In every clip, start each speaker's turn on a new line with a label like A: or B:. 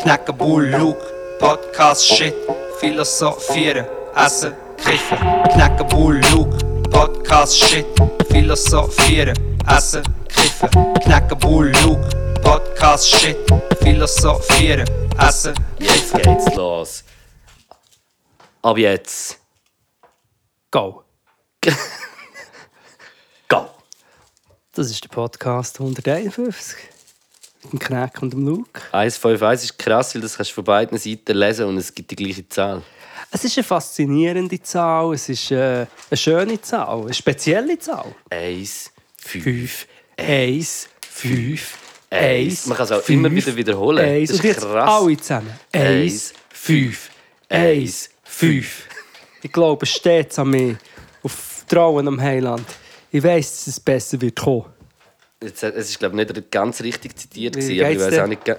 A: Knacken, Bullug, Podcast, Shit, Philosophieren, Essen, Kiffen. Knacken, Bullug, Podcast, Shit, Philosophieren, Essen, Kiffen. Knacken, Bullug, Podcast, Shit, Philosophieren, Essen,
B: Jetzt geht's los. Ab jetzt.
C: Go.
B: Go.
C: Das ist der Podcast 151 mit dem Knack und dem Luke.
B: 151 ist krass, weil das kannst du von beiden Seiten lesen und es gibt die gleiche Zahl.
C: Es ist eine faszinierende Zahl, es ist äh, eine schöne Zahl, eine spezielle Zahl.
B: 1, 5,
C: Fünf, eins, fünf,
B: 1. Man kann es auch immer
C: fünf,
B: wieder wiederholen.
C: eins.
B: Das
C: Und
B: ist
C: jetzt
B: krass.
C: alle zusammen. Eins, fünf, eins, fünf. Ich glaube stets an mich, auf Vertrauen am Heiland. Ich weiß, dass es besser wird kommen.
B: Jetzt, äh, es ist, glaube ich, nicht ganz richtig zitiert,
C: Wie
B: gewesen, aber ich
C: geht's
B: weiß auch
C: denn?
B: nicht. ge-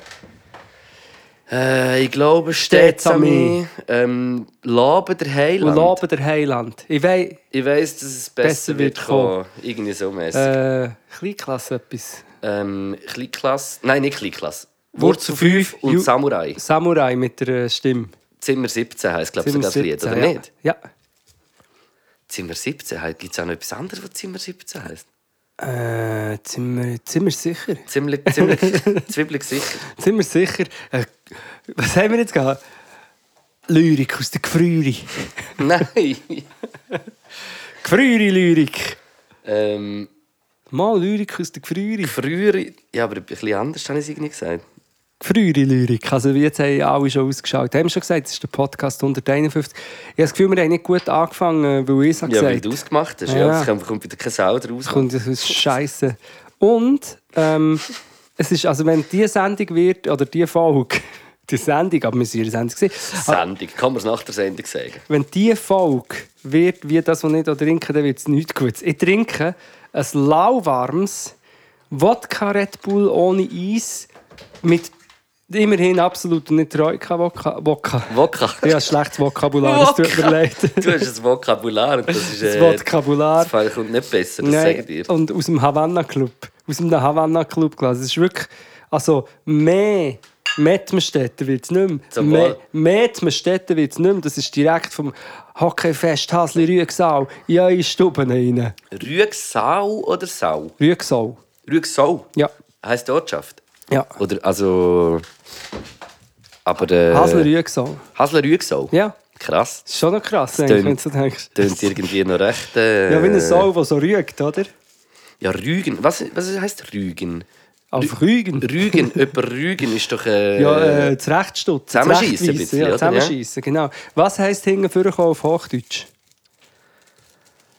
B: Äh, ich glaube, stets an mich. Ähm, loben der
C: Und
B: Heiland.
C: loben der Heiland. Ich weiß,
B: Ich weiß, dass es besser,
C: Besser
B: wird
C: wird
B: kommen. Irgendwie so mäßig.
C: äh, Kleinklasse etwas.
B: Ähm, Kleinklasse. Nein, nicht Kleinklasse.
C: Wurzel
B: Wurzel 5 und
C: Ju-
B: Samurai.
C: Samurai mit der äh, Stimme.
B: Zimmer 17 heisst, glaube ich,
C: Zimmer
B: sogar das Lied,
C: 17,
B: oder
C: ja.
B: nicht?
C: Ja.
B: Zimmer 17 heisst. Gibt es auch noch etwas anderes, was Zimmer 17 heisst?
C: Äh, Zimmer, Zimmer sicher.
B: Ziemlich, ziemlich, ziemlich sicher.
C: Zimmer sicher. Äh, was haben wir jetzt gehabt? Lyrik aus der Gefrüri.
B: Nein!
C: Gefrüri-Lyrik.
B: ähm,
C: Mal Lyrik aus der Gefrüri.
B: früher. Ja, aber ein bisschen anders habe ich es irgendwie gesagt.
C: Gefrüri-Lyrik. Also jetzt haben alle schon ausgeschaut. Haben wir schon gesagt, es ist der Podcast 151. Ich habe das Gefühl, wir haben nicht gut angefangen, weil ich es
B: Ja,
C: gesagt
B: weil du
C: habe.
B: ausgemacht hast. Ja.
C: Ja.
B: das kommt, kommt wieder keine Sau draus.
C: kommt das ist scheiße. Und ähm, es ist, also wenn diese Sendung wird, oder diese Folge, die Sendung, aber wir sind in der Sendung gewesen, aber
B: Sendung. Kann man es nach der Sendung sagen?
C: wenn diese Folge wird wie das, was ich hier trinke, dann wird es nichts Gutes. Ich trinke ein lauwarmes Wodka Red Bull ohne Eis mit immerhin absolut nicht Troika Wodka. Wodka.
B: Wodka.
C: Ja, schlechtes Vokabular, es tut mir
B: Wodka.
C: leid.
B: Du hast ein Vokabular und das ist.
C: Das
B: äh,
C: Vokabular.
B: Das Fall kommt nicht besser, das sage ich
C: Nein,
B: dir.
C: und aus dem Havanna Club. Aus dem Havanna Club gelassen. Es ist wirklich. Also, mehr. Mettmerstädter wird es nicht mehr.
B: Zum
C: mehr.
B: Wohl.
C: Mettmerstädter wird es nicht mehr. Das ist direkt vom Hockeyfest Hasli Rüegsau in eure Stuben rein.
B: Rüegsau oder Sau?
C: Rüegsau.
B: Rüegsau
C: Ja.
B: heisst die Ortschaft.
C: Ja.
B: Oder also. Aber. Äh,
C: Hasli Rüegsau.
B: Hasler Rüegsau.
C: Ja.
B: Krass.
C: Das ist schon noch krass, eigentlich,
B: Tönt-
C: wenn du so denkst.
B: Tönt irgendwie noch recht. Äh,
C: Ja, wie ein Sau, der so rügt, oder?
B: Ja, Rügen. Was, was heisst Rügen?
C: Auf Rügen.
B: Rügen, über Rügen ist doch. Äh,
C: Ja, äh, zurechtstutzen.
B: Zusammenschiessen ein bisschen,
C: Ja,
B: oder?
C: zusammenschiessen, genau. Was heisst hingeführen auf Hochdeutsch?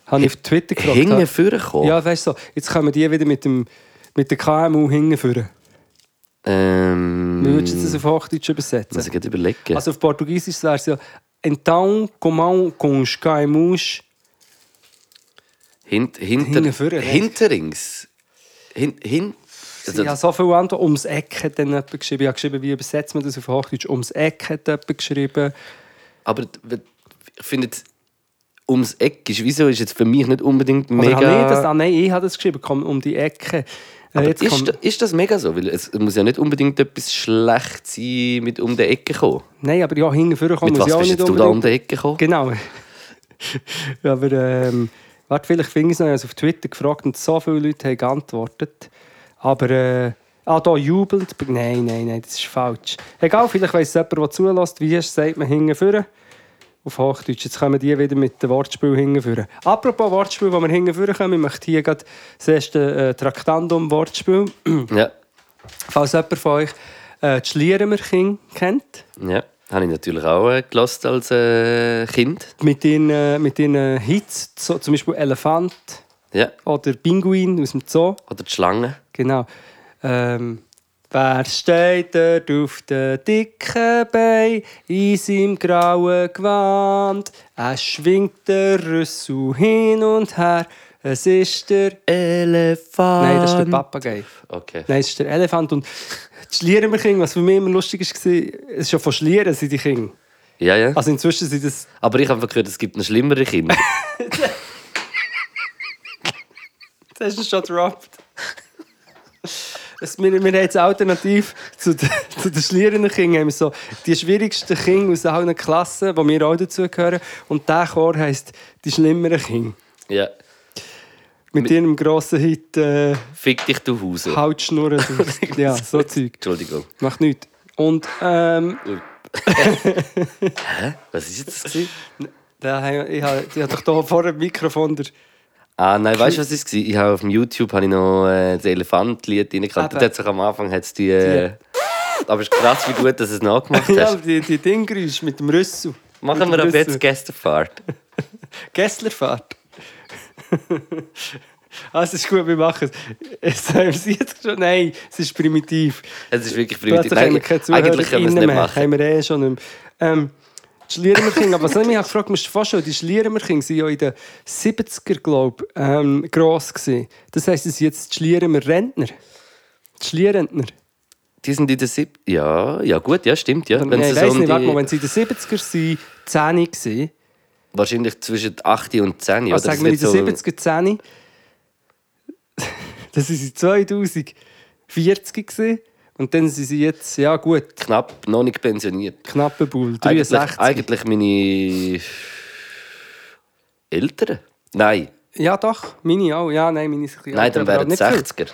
C: Habe ich auf Twitter gefragt.
B: Hingen vorkommen.
C: Ja, weißt du, so, jetzt kommen die wieder mit, dem, mit der KMU hingeführen.
B: Ähm,
C: Wie würdest du das auf Hochdeutsch übersetzen?
B: muss ich gerade überlegen.
C: Hm. Also auf Portugiesisch wäre es ja «Então, como com os KMUs?»
B: Hint, hinter,
C: Hingen vorne, ne?
B: hinterings. Hin, hin, also,
C: Ich habe so viel Antworten. «Ums Eck» hat dann jemand geschrieben. Ich habe geschrieben, wie übersetzt man das auf Hochdeutsch? «Ums Eck» hat jemand geschrieben.
B: Aber d- w- ich finde, jetzt, ums Eck ist, wieso ist jetzt für mich nicht unbedingt
C: Oder
B: mega.
C: habe ich das? Ah nein, ich habe das geschrieben. «Komm um die Ecke». Äh,
B: Aber
C: jetzt
B: ist,
C: komm-
B: da- ist das mega so? Weil es muss ja nicht unbedingt etwas schlecht sein, mit um die Ecke kommen.
C: Nein, aber ja, hingeführen kommen
B: Mit was
C: ja
B: bist jetzt du da um die Ecke gekommen?
C: Genau. aber ähm, warte, vielleicht finde ich es noch. Ich habe es auf Twitter gefragt und so viele Leute haben geantwortet. Aber, äh, ah, da jubelt. Nein, nein, nein, das ist falsch. Egal, vielleicht weiss jemand, der zulässt, wie es sagt man hingeführen. Auf Hochdeutsch. Jetzt kommen die wieder mit dem Wortspiel hingeführen. Apropos Wortspiel, wo wir hingeführen kommen, ich möchte hier gerade das erste äh, Traktandum Wortspiel.
B: Ja,
C: Falls jemand von euch äh, die Schliermer-King kennt.
B: ja. Habe ich natürlich auch äh, gelost als äh, Kind.
C: mit den, äh, mit den äh, Hits, so, zum Beispiel Elefant
B: Ja.
C: oder Pinguin aus dem Zoo.
B: Oder die Schlange.
C: Genau. Ähm, wer steht dort auf der dicken Bein in seinem grauen Gewand? Er schwingt der Rüssel hin und her. Es ist der...
B: Elefant.
C: Nein, das ist der Papagei.
B: Okay.
C: Nein, es ist der Elefant. Und das Schlierenkind, was für mich immer lustig war, es ist ja von Schlieren sind die Kinder.
B: Ja, ja.
C: Also inzwischen sind das...
B: Aber ich habe gehört, es gibt noch schlimmere Kinder.
C: Das ist schon gedroppt. Das, wir, wir haben jetzt alternativ zu, der- Zu den Schlierenkind haben wir so die schwierigsten Kinder aus allen Klassen, wo wir auch dazugehören. Und der Chor heisst «Die schlimmeren Kinder».
B: Ja.
C: Mit, ihrem grossen Hit äh,
B: Fick dich, du Hause.
C: «Haut Schnurren». draus». ja, so Zeug.
B: Entschuldigung.
C: Macht nichts. Und ähm,
B: Was ist jetzt das? Gewesen?
C: da, haben- ich habe ich habe doch hier vor dem Mikrofon der...
B: Ah, nein, weißt du, was es war? Ich habe auf dem YouTube habe ich noch äh, das Elefantlied reingekannt.
C: Eben.
B: Dort hat sich am Anfang hat's die. Äh, Aber es ist krass, wie gut dass du es nachgemacht
C: Ja,
B: hast.
C: die, die Dinggeräusche mit dem Rüssel.
B: Machen
C: Mit
B: wir
C: dem
B: ab jetzt
C: Rüssel.
B: Gästefahrt.
C: Gesslerfahrt. Also, es ist gut, wir machen es. Es haben wir es jetzt schon. Nein, es ist primitiv.
B: Es ist wirklich primitiv.
C: Plötzlich haben wir
B: Nein,
C: keine
B: eigentlich können wir es
C: Zuhörerinnen
B: nicht
C: mehr.
B: machen.
C: Haben wir eh schon nicht mehr. Ähm, die Schliermerkinder, aber was ich mich auch gefragt habe, fast schon, die Schliermerkinder waren ja in den 70er, glaube ich, ähm, gross. Gewesen. Das heisst, es sind jetzt die Schliermer Rentner. Die Schlierrentner.
B: Die sind in der Sieb. Ja, ja, gut, ja, stimmt. Ja.
C: Nein,
B: sie
C: ich
B: so
C: weiss
B: um
C: nicht, warte
B: die-
C: mal, wenn sie in den 70er waren, 10 waren,
B: Wahrscheinlich zwischen 8 und 10.
C: Was
B: oder?
C: Also sagen wir in
B: Das
C: den
B: wird
C: 70er 10? Das waren sie 2040 gewesen. und dann sind sie jetzt, ja gut,
B: Knapp noch nicht pensioniert.
C: knappe Bull,
B: Eigentlich,
C: 63.
B: eigentlich meine. Eltern? Nein.
C: Ja doch, meine auch, ja nein, meine sind ein bisschen
B: Nein,
C: älter,
B: dann
C: aber
B: wären es
C: nicht viel.
B: 60er.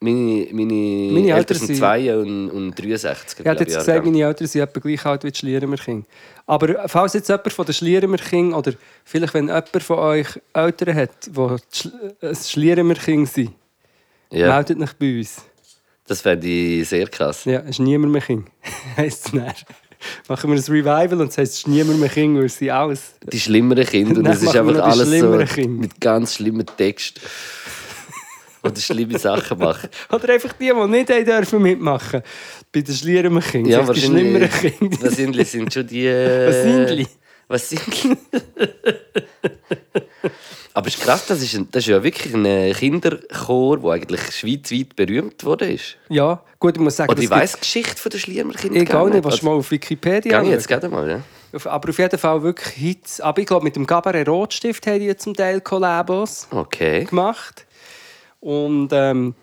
B: Meine, meine,
C: Meine
B: Eltern
C: Eltern
B: sind
C: sind-
B: 2 und, und 63.
C: Ich
B: glaub
C: hätte jetzt
B: Jahrgang.
C: gesagt, meine Eltern sind etwa gleich alt wie die Schliermerkind. Aber falls jetzt jemand von den Schliermerkind oder vielleicht wenn jemand von euch Eltern hat, die Schl- äh, ein Schliermerkind sind,
B: ja,
C: meldet euch bei uns.
B: Das fände ich sehr krass.
C: Ja, es ist niemand mehr King. heisst es dann. Machen wir ein Revival und es heisst, es ist niemand mehr King, weil sie alles.
B: Die schlimmeren Kinder. Und
C: Nein,
B: es ist
C: machen wir
B: einfach
C: noch die
B: alles so
C: schlimmeren Kinder.
B: mit ganz schlimmen Text. Oder schlimme Sachen machen.
C: Oder einfach die, die nicht haben dürfen mitmachen. Bei den schlimmeren Kindern.
B: Ja,
C: die
B: wahrscheinlich.
C: schlimmeren Kinder.
B: Wahrscheinlich sind schon die. äh,
C: Wahrscheinlich.
B: Wahrscheinlich. Aber es ist krass, das ist, ein, das ist ja wirklich ein äh, Kinderchor, der eigentlich schweizweit berühmt wurde. Ist.
C: Ja, gut, ich muss sagen,
B: Oder ich
C: das
B: weiss die Geschichte von der Schliermerkind
C: gibt- ich gar nicht, was mal auf Wikipedia
B: Gang Also, jetzt
C: anschauen?
B: gerade mal, ja.
C: Auf- Aber auf jeden Fall wirklich Hits. Aber ich glaube, mit dem Cabaret Rotstift haben die jetzt zum Teil Kollabos
B: Okay.
C: gemacht. Und ähm,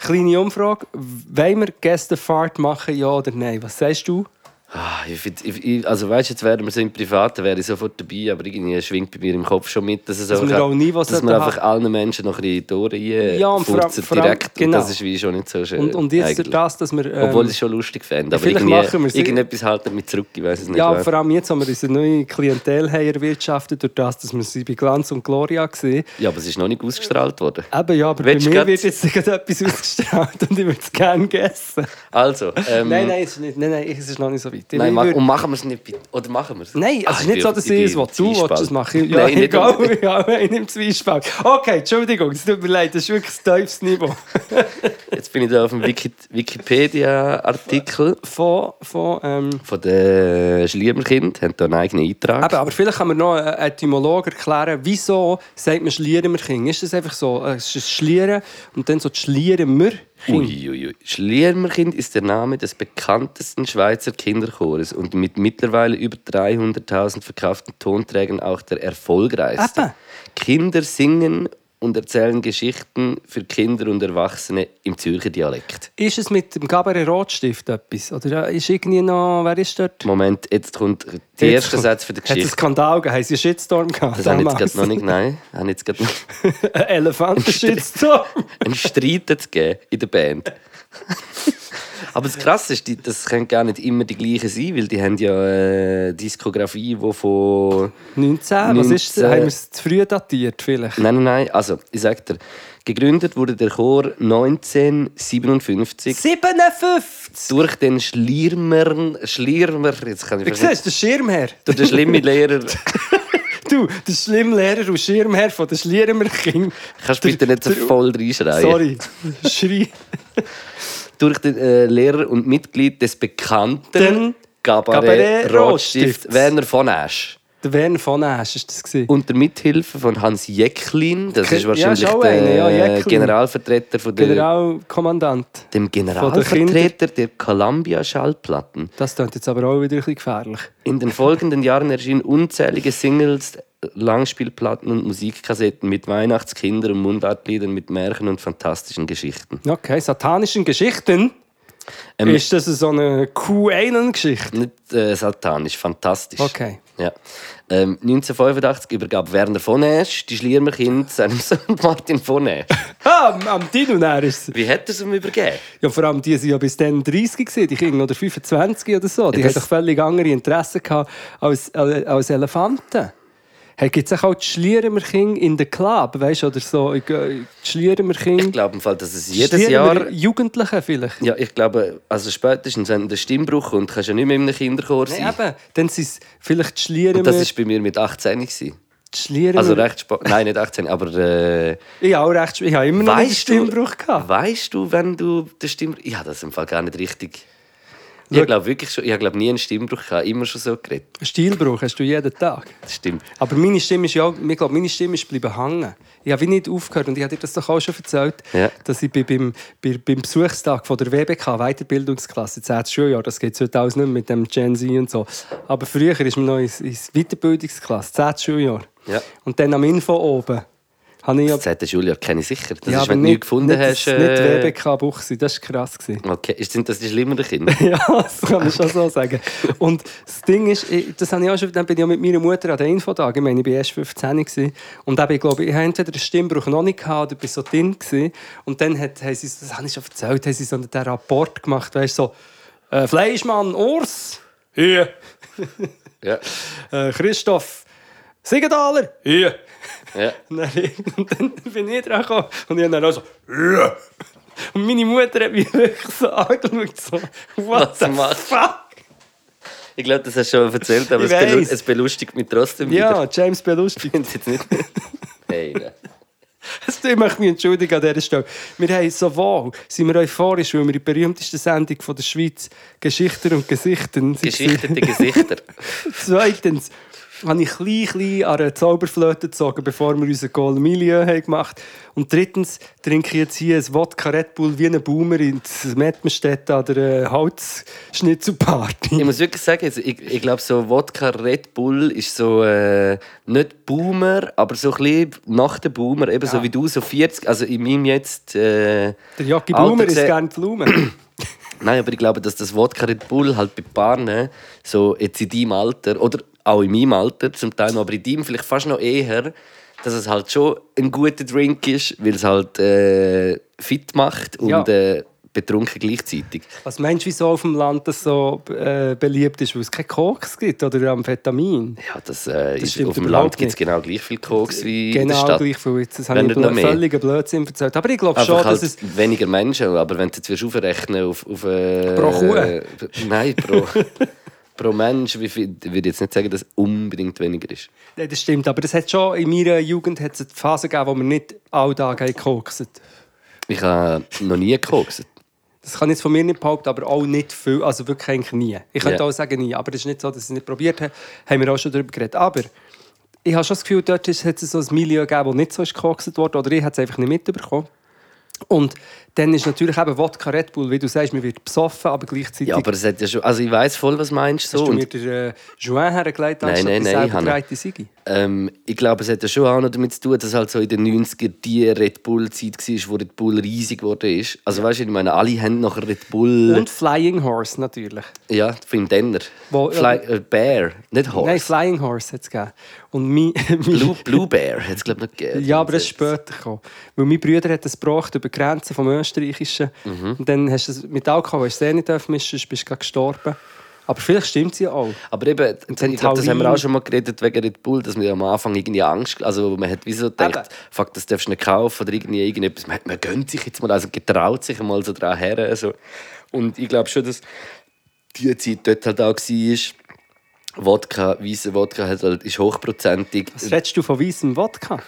C: kleine Umfrage: Wollen wir Gästefahrt machen, ja oder nein? Was sagst du?
B: Ah, ich find, ich, ich, also weißt du, jetzt wären wir so im Privaten, wäre ich sofort dabei, aber irgendwie schwingt bei mir im Kopf schon mit, dass es
C: Dass
B: einfach,
C: wir auch nie was
B: dass man
C: sollten
B: einfach allen Menschen noch ein bisschen Tore
C: Ja, und vor allem- vor allem-
B: direkt.
C: genau.
B: Und das ist wie schon nicht so schön.
C: Und, und jetzt
B: eigentlich.
C: das, dass wir. ähm,
B: Obwohl ich es schon lustig fände, aber
C: vielleicht machen wir's.
B: irgendwie, irgendetwas halten mit zurück, ich weiß es nicht.
C: ja,
B: was.
C: vor allem jetzt, wo wir unsere neue Klientel haben erwirtschaftet, durch das, dass wir sie bei Glanz und Gloria gesehen
B: ja, aber es ist noch nicht ausgestrahlt worden.
C: Eben, ja, aber
B: Willst du
C: bei mir
B: grad-
C: wird jetzt gerade etwas ausgestrahlt und ich würde es gerne essen.
B: Also, ähm,
C: Äh, Nein, nein, es ist, nicht, nein, nein, es ist noch nicht so weit. Ich
B: nein, ma
C: würd-
B: und machen wir es nicht bitte. Oder machen wir es?
C: nein, also
B: Ah,
C: es ist nicht so, dass
B: bin-
C: ich es
B: bin
C: will. Du
B: Zwiespalt.
C: willst es machen. Ja,
B: nein, nicht
C: egal,
B: um-
C: ja, nein, im Zwiespalt. Okay, Entschuldigung, es tut mir leid, das ist wirklich ein tiefes Niveau.
B: Jetzt bin ich da auf dem Wiki Wikipedia-Artikel.
C: Von, von, ähm,
B: von den Schliemerkind haben da einen eigenen Eintrag.
C: Eben, aber vielleicht kann man noch einen Etymologen erklären, wieso sagt man Schlierenmerkind? Ist das einfach so, äh, es ist ein Schlieren und dann so die Schlierenmerkind?
B: Uiuiui. Schliermerkind ist der Name des bekanntesten Schweizer Kinderchores und mit mittlerweile über 300.000 verkauften Tonträgern auch der erfolgreichste.
C: Eben.
B: Kinder singen und erzählen Geschichten für Kinder und Erwachsene im Zürcher Dialekt.
C: Ist es mit dem Cabaret Rotstift etwas? Oder äh, ist irgendwie noch, wer ist dort?
B: Moment, jetzt kommt der
C: Jetzt
B: erste
C: kommt-
B: Satz für die
C: Hat es
B: Geschichte.
C: einen Skandal gegeben? Haben sie einen Shitstorm gehabt?
B: Das habe ich jetzt
C: damals?
B: gerade noch nicht. Nein, habe ich jetzt gerade noch
C: Ein Elefanten-Shitstorm?
B: einen Streit zu geben in der Band. Aber das Krasse ist, die- das können gar nicht immer die gleichen sein, weil die haben ja eine Diskografie, die von...
C: 19? Was ist das?
B: 19.
C: Haben wir es zu früh datiert vielleicht?
B: Nein, nein, nein, also, ich sag dir. Gegründet wurde der Chor 1957
C: 57!
B: durch den Schliermer... Schliermer... Jetzt kann ich
C: Du siehst, der Schirmherr.
B: Durch den schlimmen Lehrer...
C: Du, der Schlimmlehrer und Schirmherr von den Schlierenmerkind.
B: Kannst du bitte nicht so voll reinschreien?
C: Sorry, Schrei.
B: durch den äh, Lehrer und Mitglied des bekannten
C: Den
B: Cabaret
C: Cabaret
B: Rotstifts
C: Rotstifts.
B: Werner von Asch.
C: Der Werner von Asch ist das gewesen.
B: Unter Mithilfe von Hans Jäcklin, das
C: Ke-
B: ist
C: ja,
B: wahrscheinlich
C: ist auch
B: der
C: einer, ja,
B: äh,
C: Jäcklin.
B: Generalvertreter von der,
C: Generalkommandant.
B: dem Generalvertreter der, Columbia-Schallplatten.
C: Das klingt jetzt aber auch wieder ein bisschen gefährlich.
B: In den folgenden Jahren erschienen unzählige Singles, Langspielplatten und Musikkassetten mit Weihnachtskindern und Mundartliedern mit Märchen und fantastischen Geschichten.
C: Okay, satanischen Geschichten.
B: Ähm,
C: Ist das so eine QAnon-Geschichte?
B: Nicht äh, satanisch, fantastisch.
C: Okay.
B: Ja. Ähm, 1985 übergab Werner von Esch die Schliermerkind seinem Sohn Martin von Esch.
C: Ah, am- am Dino näher ist es.
B: Wie hat er es ihm übergeben?
C: Ja, vor allem die waren ja bis dann 30 gewesen, die Kinder, oder 25 oder so. Die
B: Ja, das-
C: hatten doch völlig andere Interessen gehabt als, als Elefanten. Hey, Gibt es auch halt die Schliermerkinder in den Club, weißt du, oder so? Ich, äh, Die Schliermerkinder...
B: Ich glaube im Fall, dass es jedes
C: Schliermer-
B: Jahr...
C: Jugendliche vielleicht.
B: Ja, ich glaube, also spätestens wenn der Stimmbruch kommt, kannst du ja nicht mehr in einem Kinderchor sein.
C: Nein, eben. Dann sind es vielleicht die Schliermer...
B: Und das war bei mir mit 18 gewesen.
C: die Schliermer-
B: Also recht spät. Nein, nicht 18, aber... Äh,
C: Ich habe auch recht... Ich habe immer noch einen
B: Weißt du-
C: Stimmbruch gehabt.
B: Weißt du, wenn du den Stimmbruch. Ich habe das im Fall gar nicht richtig.
C: Schau.
B: Ich glaube wirklich schon. Ich habe glaub, nie einen Stimmbruch gehabt. Immer schon so geredet.
C: Stilbruch hast du jeden Tag.
B: Das stimmt.
C: Aber meine Stimme ist ja, auch- ich glaube, meine Stimme ist geblieben hängen. Ich habe wie nicht aufgehört und ich habe dir das doch auch schon erzählt,
B: Ja.
C: dass ich bei, beim, bei, beim Besuchstag von der WBK, Weiterbildungsklasse, 10. Schuljahr, das geht es heute alles nicht mehr mit dem Gen Z und so, aber früher ist man noch ins, ins Weiterbildungsklasse, 10. Schuljahr.
B: Ja.
C: Und dann am Info oben habe ich ja...
B: Das sagt der Julia, kenne ich sicher. Das
C: ja,
B: ist,
C: aber
B: wenn du nichts gefunden
C: nicht,
B: hast.
C: Nicht,
B: äh,
C: nicht WBK Buchsi, das war krass. Gewesen.
B: Okay, Ist- sind das die schlimmeren Kinder?
C: Ja, das kann ich schon so sagen. Und das Ding ist, ich, das habe ich auch schon, dann bin ich auch mit meiner Mutter an den Infotag, ich meine, ich war erst 15 gewesen. und eben, ich glaube, ich habe entweder einen Stimmbruch noch nicht gehabt oder bin so drin gewesen. und dann hat, haben sie, das habe ich schon erzählt, haben sie so einen Rapport gemacht, weißt du, so äh, «Fleischmann Urs, hier,
B: ja.
C: äh, Christoph Siegenthaler, hier».
B: ja.
C: Und dann, und dann bin ich dran gekommen und ich habe dann auch so «Ja!» Und meine Mutter hat mich wirklich so angeschaut, so «What
B: Was
C: the
B: machst du?»
C: fuck?»
B: Ich glaube, das hast du schon erzählt, aber
C: Ich
B: es, belu
C: weiss.
B: es belustigt mich trotzdem
C: Ja,
B: wieder.
C: James
B: Ich
C: Belushi.
B: finde es jetzt nicht. hey, ne.
C: Ich möchte mich entschuldigen an dieser Stelle. Wir haben sowohl, sind wir euphorisch, weil wir die berühmteste Sendung von der Schweiz Geschichten und Gesichten sind.
B: Geschichtete Gesichter.
C: Zweitens habe ich klein, klein an einer Zauberflöte gezogen, bevor wir unser Goal Milieu haben gemacht Und drittens trinke ich jetzt hier ein Wodka Red Bull wie ein Boomer in Mettenstedt an der äh,
B: Ich
C: Holzschnitzelparty.
B: muss wirklich sagen, jetzt, ich, ich glaube, so Wodka Red Bull ist so äh, nicht Boomer, aber so ein bisschen nach dem Boomer, eben so wie du, so 40, also in meinem jetzt. Äh,
C: Der Jackie
B: Alter
C: Boomer ist
B: gesehen-
C: gerne die Lumen.
B: Nein, aber ich glaube, dass das Wodka Red Bull halt bei Paaren, so jetzt in deinem Alter, oder auch in meinem Alter, zum Teil noch, aber in deinem vielleicht fast noch eher, dass es halt schon ein guter Drink ist, weil es halt äh, fit macht und
C: Ja.
B: äh, betrunken gleichzeitig.
C: Was meinst du, wieso auf dem Land das so äh, beliebt ist? Weil es kein Koks gibt oder Amphetamin?
B: Ja, das, äh, ist,
C: stimmt
B: auf dem
C: überhaupt
B: Land gibt es
C: nicht.
B: genau gleich viel Koks wie in der
C: genau
B: Stadt.
C: gleich viel. Jetzt Das habe
B: Wenn
C: ich
B: nicht noch
C: blö-
B: mehr.
C: völligen Blödsinn erzählt. Aber ich glaube
B: Einfach
C: schon,
B: halt
C: dass es...
B: weniger Menschen, aber wenn du jetzt wirst aufrechnen auf, auf äh,
C: Pro Kuh?
B: äh, nein, pro, pro Mensch, wie viel, ich würde jetzt nicht sagen, dass unbedingt weniger ist.
C: Nein, das stimmt, aber es hat schon in meiner Jugend hat es eine Phase gegeben, wo wir nicht alle Tage haben gekokst.
B: Ich habe noch nie gekokst.
C: Das kann ich jetzt von mir nicht behaupten, aber auch nicht viel, also wirklich eigentlich nie. Ich könnte
B: Ja.
C: auch sagen nie, aber es ist nicht so, dass ich es nicht probiert habe. Haben wir auch schon darüber geredet. Aber ich habe schon das Gefühl, dort ist- hat es so ein Milieu gegeben, das nicht so ist gekokst wurde oder ich habe es einfach nicht mitbekommen. Und dann ist natürlich eben Wodka Red Bull, wie du sagst, man wird besoffen, aber gleichzeitig
B: Ja, aber es hat ja schon, also ich weiß voll, was meinst du. So.
C: hast du mir
B: Und,
C: den äh, Joint hergelegt,
B: Nein, nein,
C: die
B: nein,
C: selber
B: Hanna.
C: gereihte Sigi.
B: ähm, ich glaube, es hat ja schon auch noch damit zu tun, dass halt so in den 90ern die Red Bull-Zeit war, wo Red Bull riesig geworden ist. Also weißt du, ich meine, alle haben nachher Red Bull.
C: Und Flying Horse natürlich.
B: Ja, Film Denner.
C: Wo-
B: Fly, äh, Bear, nicht Horse.
C: Nein, Flying Horse hat es gegeben. Und mein,
B: Blue, Blue Bear hat es, glaube ich, noch gegeben.
C: Ja, aber das ist später gekommen. Weil mein Bruder hat es gebracht über die Grenzen vom Österreichischen.
B: Mhm.
C: Und dann hast du es mit Alkohol hast du es eh nicht dürfen mischen, sonst bist du gerade gestorben. Aber vielleicht stimmt es ja auch.
B: Aber eben, ich glaube, das
C: Taurin.
B: haben wir auch schon mal geredet wegen Red Bull, dass man ja am Anfang irgendwie Angst, also man hat wieso
C: Eben.
B: gedacht, fuck, das darfst du nicht kaufen oder irgendwie irgendetwas. Man, man gönnt sich jetzt mal, also getraut sich mal so dran her. Also. Und ich glaube schon, dass die Zeit dort halt auch war, Wodka, weißer Wodka hat halt, ist hochprozentig.
C: Was redest du von weißem Wodka?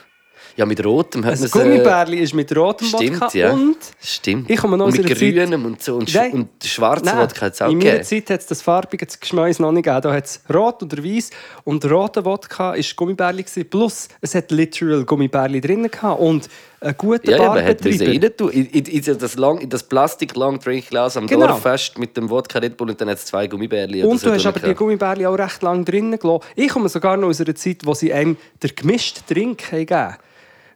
B: Ja, mit rotem hat
C: Ein
B: man es, äh,
C: Gummibärli ist mit rotem
B: Stimmt,
C: Wodka
B: ja.
C: und...
B: Stimmt.
C: Ich komme noch
B: und
C: aus
B: mit
C: einer Zeit-
B: grünem und so. Und, sch
C: Nein.
B: und schwarzen
C: Nein,
B: Wodka hat es auch
C: in meiner
B: gegeben.
C: Zeit hat es das farbige Geschmäus noch nicht gegeben. Da hat es rot oder weiß. Und roter Wodka war Gummibärli. gewesen. Plus, es hat literal Gummibärli drin gehabt. Und einen guten
B: Ja, ja, man hat
C: Barbetreiber.
B: müssen rein tun. In, in, in, so das Long- in das Plastik-Long-Drink-Glas am
C: Genau.
B: Dorffest mit dem Wodka Red Bull und dann hat es zwei Gummibärli. oder
C: Und
B: so
C: du hast
B: drin
C: aber die
B: gehabt.
C: Gummibärli auch recht lange drinnen gelassen. Ich komme sogar noch aus einer Zeit, wo sie einem den gemischten Trink gegeben haben.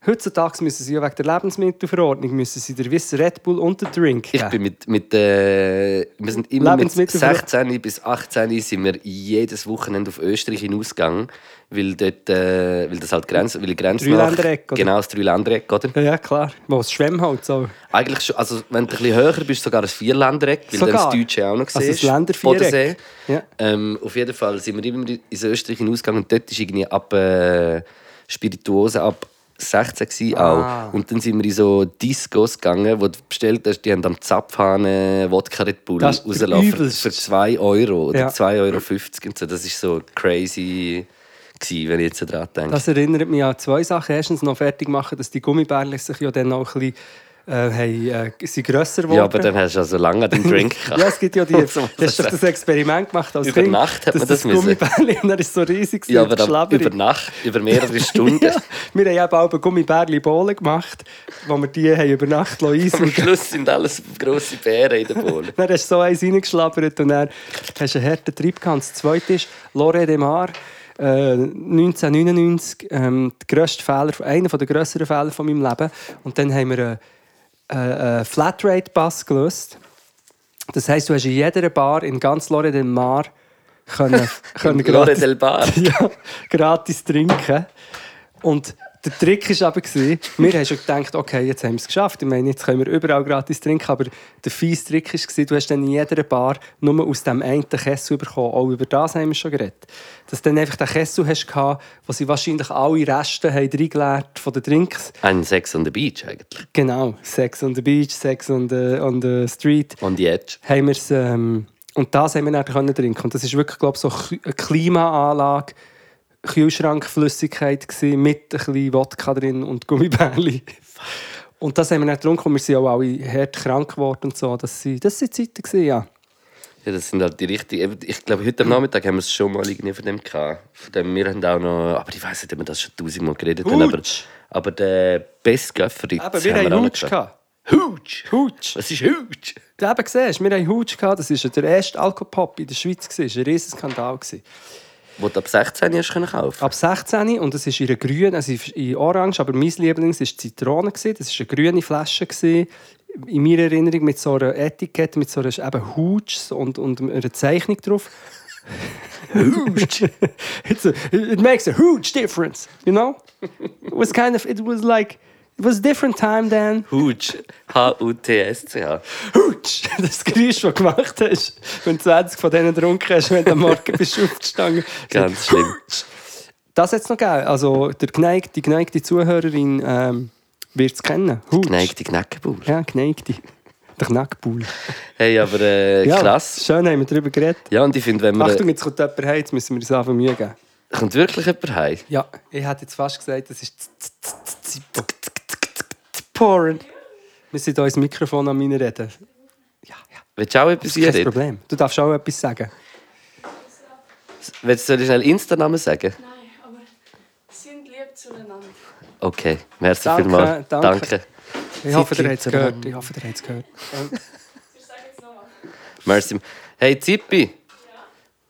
C: Heutzutage müssen sie ja wegen der Lebensmittelverordnung müssen sie der Wissen Red Bull und den Drink
B: Ich
C: geben.
B: bin mit, mit äh, wir sind immer mit
C: Lebensmittel-
B: 16 bis 18 sind wir jedes Wochenende auf Österreich hinausgegangen, weil dort, äh, weil das halt Grenz, weil die Grenze
C: Dreiländereck, oder?
B: genau das Dreiländereck, oder?
C: ja, ja, klar. Wo es halt Schwemmholz auch.
B: Eigentlich schon, also wenn du ein bisschen höher bist, sogar ein Vierländereck, weil
C: Sogar?
B: du das Deutsche auch noch
C: Also ein
B: siehst.
C: Länderviereck.
B: Bodensee.
C: Ja.
B: Ähm, auf jeden Fall sind wir immer ins Österreich hinausgegangen und dort ist irgendwie ab äh, Spirituose ab 16 gsi auch.
C: Ah.
B: Und dann sind wir in so Discos gegangen, wo du bestellt hast, die haben am Zapfhahn Wodka Red Bull
C: Das ist
B: rausgelaufen für
C: übelst.
B: für 2 Euro oder
C: Ja.
B: 2,50 Euro. Und so. Das ist so crazy, gewesen, wenn ich jetzt daran denke.
C: Das erinnert mich an zwei Sachen. Erstens noch fertig machen, dass die Gummibärle sich ja dann auch ein bisschen äh, haben, äh, sind grösser geworden.
B: ja, aber dann hast du also lange den Drink gehabt.
C: Ja, es gibt ja die.
B: Muss man
C: Hast du doch
B: sagen.
C: das Experiment gemacht als
B: Über
C: Kind,
B: Nacht hat
C: dass
B: man das müssen.
C: Gummibärli und er ist so riesig
B: Ja,
C: und
B: aber ab-
C: schlabberig.
B: über Nacht, über mehrere Stunden.
C: Ja, wir haben eben auch eine Gummibärli-Bohle gemacht, wo wir die haben über Nacht
B: Am
C: einsuchen
B: Schluss sind alles grosse Bären in der Bohne.
C: Dann hast du so eins reingeschlabbert und dann hast du einen harten Trieb gehabt. Und Das zweite ist Lore de Mar, äh, 1999, ähm, der grösste Fehler, einer der grösseren Fehler von meinem Leben. Und dann haben wir einen, äh, einen Flatrate-Pass gelöst. Das heisst, du hast in jeder Bar in ganz Lore de Mar können, können
B: Lore
C: gratis-
B: del Bar.
C: ja, gratis trinken. Und der Trick war aber, gewesen, wir haben schon gedacht, okay, jetzt haben wir es geschafft. Ich meine, jetzt können wir überall gratis trinken. Aber der fiese Trick war, du hast dann in jeder Bar nur aus dem einen Kessel bekommen. Auch über das haben wir schon geredet. Dass du dann einfach den Kessel hast, gehabt, wo sie wahrscheinlich alle Reste haben reingeleert von den Drinks.
B: Ein Sex on the Beach eigentlich.
C: Genau, Sex on the Beach, Sex on the, on the Street
B: On the Edge.
C: haben wir's, ähm, und das haben wir dann können trinken. Und das ist wirklich, glaube ich, so Kü- eine Klimaanlage, Kühlschrankflüssigkeit gewesen, mit ein bisschen Wodka drin und Gummibärli. Und das haben wir dann getrunken und wir sind auch alle hart krank geworden und so. Das waren das sind Zeiten, gewesen, ja.
B: Ja, das sind halt die richtigen. Ich glaube, heute am Nachmittag haben wir es schon mal irgendwie von dem gehabt. Von dem, wir haben auch noch. Aber ich weiß nicht, ob wir das schon tausendmal geredet haben. Aber,
C: Hutsch.
B: aber der beste Göfferitz
C: gehabt.
B: Hutsch!
C: Hutsch.
B: Was ist Hutsch?
C: Du eben siehst, wir haben Hutsch gehabt. Das war der erste Alkopop in der Schweiz. gewesen. Das war ein riesen Skandal. gewesen.
B: Wo du ab 16 hast können kaufen
C: Ab 16 und es ist in einer grünen, also in orange, aber mein Lieblings war Zitrone. gewesen. Das war eine grüne Flasche. gewesen. In meiner Erinnerung mit so einer Etikette, mit so einer eben Hutsch und, und einer Zeichnung drauf. Hutsch! It's a, it makes a huge difference, you know? It was kind of, it was like, it was a different time then.
B: Hutsch. H-U-T-S-C-H.
C: Hutsch! Das Geräusch, das du gemacht hast, wenn du 20 von denen getrunken hast, wenn du am Morgen bist aufgestanden
B: Ganz schlimm.
C: Das jetzt noch gegeben. Also der geneigte, die geneigte Zuhörerin ähm, wird es kennen. Hutsch.
B: Geneigte Gneckenbauer.
C: Ja, geneigte. Der Knackpool.
B: Hey, aber äh,
C: Ja,
B: krass.
C: Schön haben wir darüber geredet.
B: Ja, und ich finde, wenn wir.
C: Achtung, jetzt kommt jemand heim, jetzt müssen wir uns einfach Mühe geben.
B: kommt wirklich jemand heim?
C: Ja, ich hätte jetzt fast gesagt, das ist z- z- z- z- z- z- Porn. Wir sind hier ins Mikrofon an meinen Reden.
B: Willst du auch etwas
C: Kein
B: reden?
C: Problem. Du darfst auch etwas sagen.
B: Willst du soll ich schnell Insta-Namen sagen?
D: Nein, aber sind lieb zueinander.
B: Okay, merci
C: Danke,
B: vielmals.
C: danke.
B: Danke.
C: Ich hoffe, ihr
B: lieb
C: habt es gehört. Ich hoffe, ihr habt es gehört.
D: Wir sagen jetzt nochmal.
B: Merci. Hey Zippi,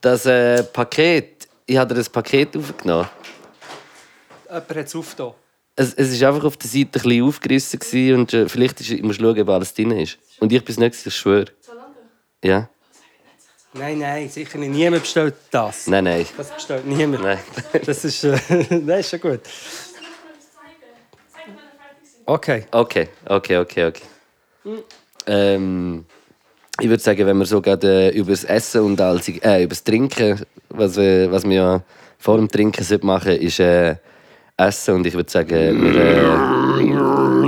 B: das äh, Paket, ich habe dir das Paket aufgenommen.
C: Jemand hat es aufgetan.
B: Es, es ist einfach auf der Seite ein bisschen aufgerissen gewesen und äh, vielleicht ist, ich muss schauen, ob alles drin ist. Und ich bin es nicht, gewesen, ich schwöre.
D: Zueinander?
B: Ja?
C: Nein, nein, sicher nicht. Niemand bestellt das.
B: Nein, nein.
C: Das bestellt niemand.
B: Nein.
C: halt Das ist, äh, nein, ist schon gut.
D: Kannst du mir noch mal etwas zeigen? Zeig mir, wenn wir fertig sind.
C: Okay.
B: Okay, okay, okay, okay. Ähm, ich würde sagen, wenn wir so gerade äh, über das Essen und als, äh, über das Trinken, was, äh, was wir ja vor dem Trinken sollten machen ist äh, Essen. Und ich würde sagen, wir. Äh,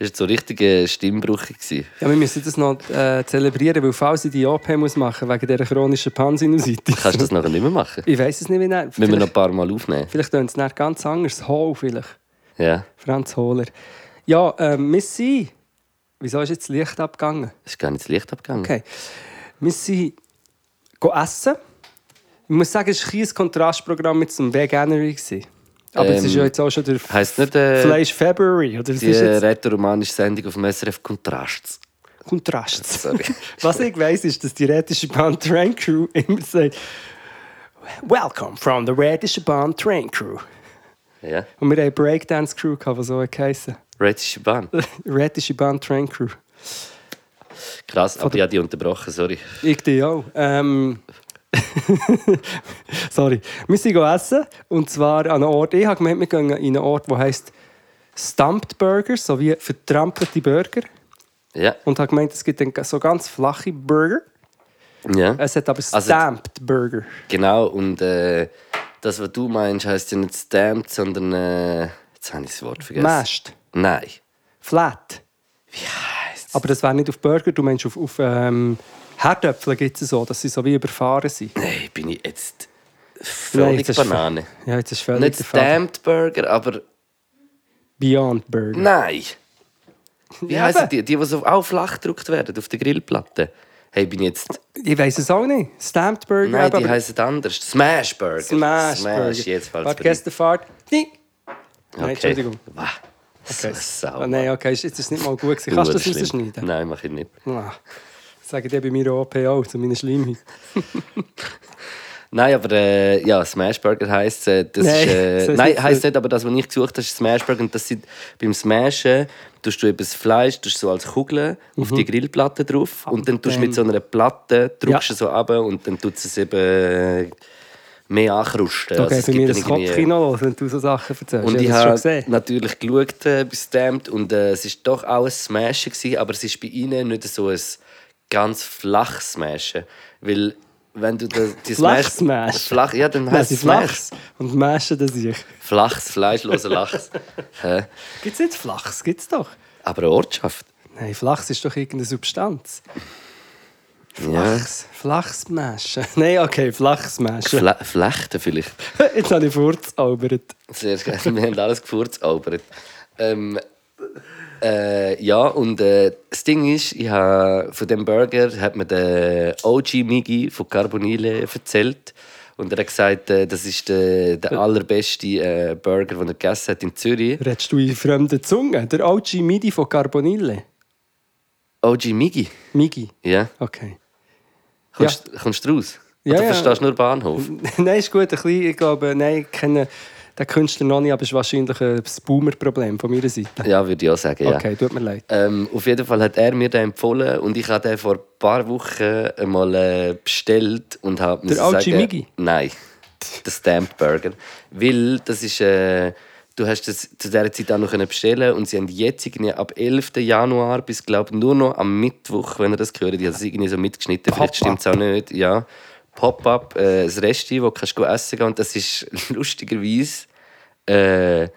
B: das war so ein richtiger Stimmbruch. Gewesen.
C: Ja, wir müssen das noch äh, zelebrieren, weil falls ich die OP muss machen wegen dieser chronischen Pansinusitis.
B: Kannst du das nachher nicht mehr machen?
C: Ich weiß es nicht, wie er.
B: Müssen wir
C: Vielleicht,
B: noch ein paar Mal aufnehmen?
C: vielleicht tönt es nicht ganz anders. Hol vielleicht.
B: Ja,
C: Franz Hohler. Ja, ähm, wir sind... Wieso ist jetzt das Licht abgegangen?
B: es ist gar nicht das Licht abgegangen.
C: Okay. Wir sind go essen. Ich muss sagen, es war ein kleines Kontrastprogramm mit dem Veganery. gewesen. Aber es ist
B: Ähm,
C: ja jetzt auch schon der
B: Heisst nicht äh,
C: Fleisch February. Oder es
B: die
C: ist jetzt
B: rätoromanische Sendung auf dem SRF Kontrast?
C: Kontrasts.
B: Sorry.
C: Was ich weiß, ist, dass die rätische Bahn Train Crew immer sagt: Welcome from the rätische Bahn Train Crew.
B: Ja.
C: Und wir haben Breakdance Crew, gehabt, die so heissen.
B: Rätische Bahn.
C: Rätische Bahn Train Crew.
B: Krass, aber ich habe die unterbrochen, sorry.
C: Ich dich auch. Ähm, Sorry. Wir sind gegangen essen. Und zwar an einem Ort. Ich habe gemeint, wir gehen in einen Ort, der heisst Stumped Burger, so wie vertrampelte Burger.
B: Ja.
C: Und habe gemeint, es gibt dann so ganz flache Burger.
B: ja.
C: Es hat aber
B: Also-
C: Stamped Burger.
B: Genau, und äh, das, was du meinst, heisst ja nicht stamped, sondern. Äh, jetzt habe ich das Wort vergessen.
C: Mashed.
B: Nein.
C: Flat.
B: Heisst.
C: Aber das wäre nicht auf Burger, du meinst auf, auf ähm, Herdöpfel gibt es so, dass sie so wie überfahren sind.
B: Nein, bin ich jetzt.
C: Nein,
B: Völlig
C: jetzt ist
B: Banane.
C: ver- Ja, jetzt ist völlig
B: Nicht
C: der Faden.
B: Stamped Burger, aber.
C: Beyond Burger.
B: Nein! Wie
C: Ja,
B: heißen
C: eben.
B: die? Die, die so auch flach gedruckt werden auf der Grillplatte. Hey, bin ich jetzt.
C: Ich weiß es auch nicht. Stamped Burger.
B: Nein,
C: aber
B: die heißen anders. Smash Burger.
C: Smash Burger.
B: Smash, jetzt falls
C: Warte, gestern Fahrt. Nein,
B: Okay. Oh,
C: Entschuldigung.
B: Wah. So
C: Okay.
B: eine Sau.
C: Ah, nein, okay, ist- jetzt ist es nicht mal gut gewesen. Kannst du das
B: Urschlimm.
C: rausschneiden?
B: Nein, mache ich nicht.
C: Ah, Das sagen die bei mir OP auch, zu meiner Schleimhaut.
B: Nein, aber äh, ja, Smashburger heisst äh, das
C: Nein,
B: ist, äh,
C: das
B: Nein,
C: ist-
B: heisst nicht, aber das, was ich gesucht habe, ist Smashburger. Und das sind beim Smashen tust du eben das Fleisch tust du so als Kugel auf
C: Mhm.
B: die Grillplatte drauf und dann tust du mit so einer Platte, drückst
C: Ja.
B: du so ab und dann tut es eben äh, mehr ankrusten.
C: Da
B: Also,
C: geht
B: es
C: bei
B: gibt
C: mir
B: dann
C: das
B: irgendwie-
C: Kopfkino los, wenn du so Sachen erzählst.
B: und ich
C: das schon
B: habe
C: gesehen.
B: natürlich geschaut äh, bei Stamped und äh, es ist doch auch ein Smashen gewesen, aber es ist bei ihnen nicht so ein ganz flaches Smashen, weil wenn du das die
C: Flach
B: Smash-
C: Smash.
B: flach ja dann
C: Nein,
B: heißt
C: sie
B: es Smash
C: flachs und maschen das ich.
B: flachs fleischloser Lachs Hä?
C: Gibt es nicht flachs? Gibt es doch.
B: aber eine Ortschaft
C: Nein, flachs ist doch irgendeine Substanz.
B: ja
C: Flachs. Flachsmaschen. Nein, okay, Flachsmaschen.
B: Fle Flechten vielleicht
C: Jetzt habe ich vorzaubert.
B: Sehr geil. Wir haben alles gefurzalbert. Ähm, äh, ja, und äh, das Ding ist, ich habe von dem Burger hat mir der OG Migi von Carbonile erzählt. Und er hat gesagt, äh, das ist der, der allerbeste äh, Burger, den er gegessen hat in Zürich.
C: Redest du in fremden Zungen? Der OG Midi von Carbonille.
B: OG Migi?
C: Migi.
B: Ja.
C: Okay.
B: Kommst, kommst du raus?
C: Ja,
B: Oder
C: ja.
B: verstehst du nur Bahnhof?
C: nein, ist gut. Ein bisschen, ich glaube, nein, ich kenne den Künstler noch nicht, aber es ist wahrscheinlich ein Boomer-Problem von meiner Seite.
B: Ja, würde ich auch sagen, ja.
C: Okay, tut mir leid.
B: Ähm, auf jeden Fall hat er mir den empfohlen und ich habe den vor ein paar Wochen mal äh, bestellt und habe
C: Der
B: müssen
C: OG Migi?
B: Nein, der Stamped Burger. Weil das ist... Äh, du hast das zu dieser Zeit auch noch können bestellen und sie haben jetzt irgendwie ab 11. Januar bis, glaube nur noch am Mittwoch, wenn ihr das gehört, die haben es irgendwie so mitgeschnitten, vielleicht stimmt es auch nicht, ja. Pop-up, äh, das Resti, wo kannst du essen gehen und das ist lustigerweise äh,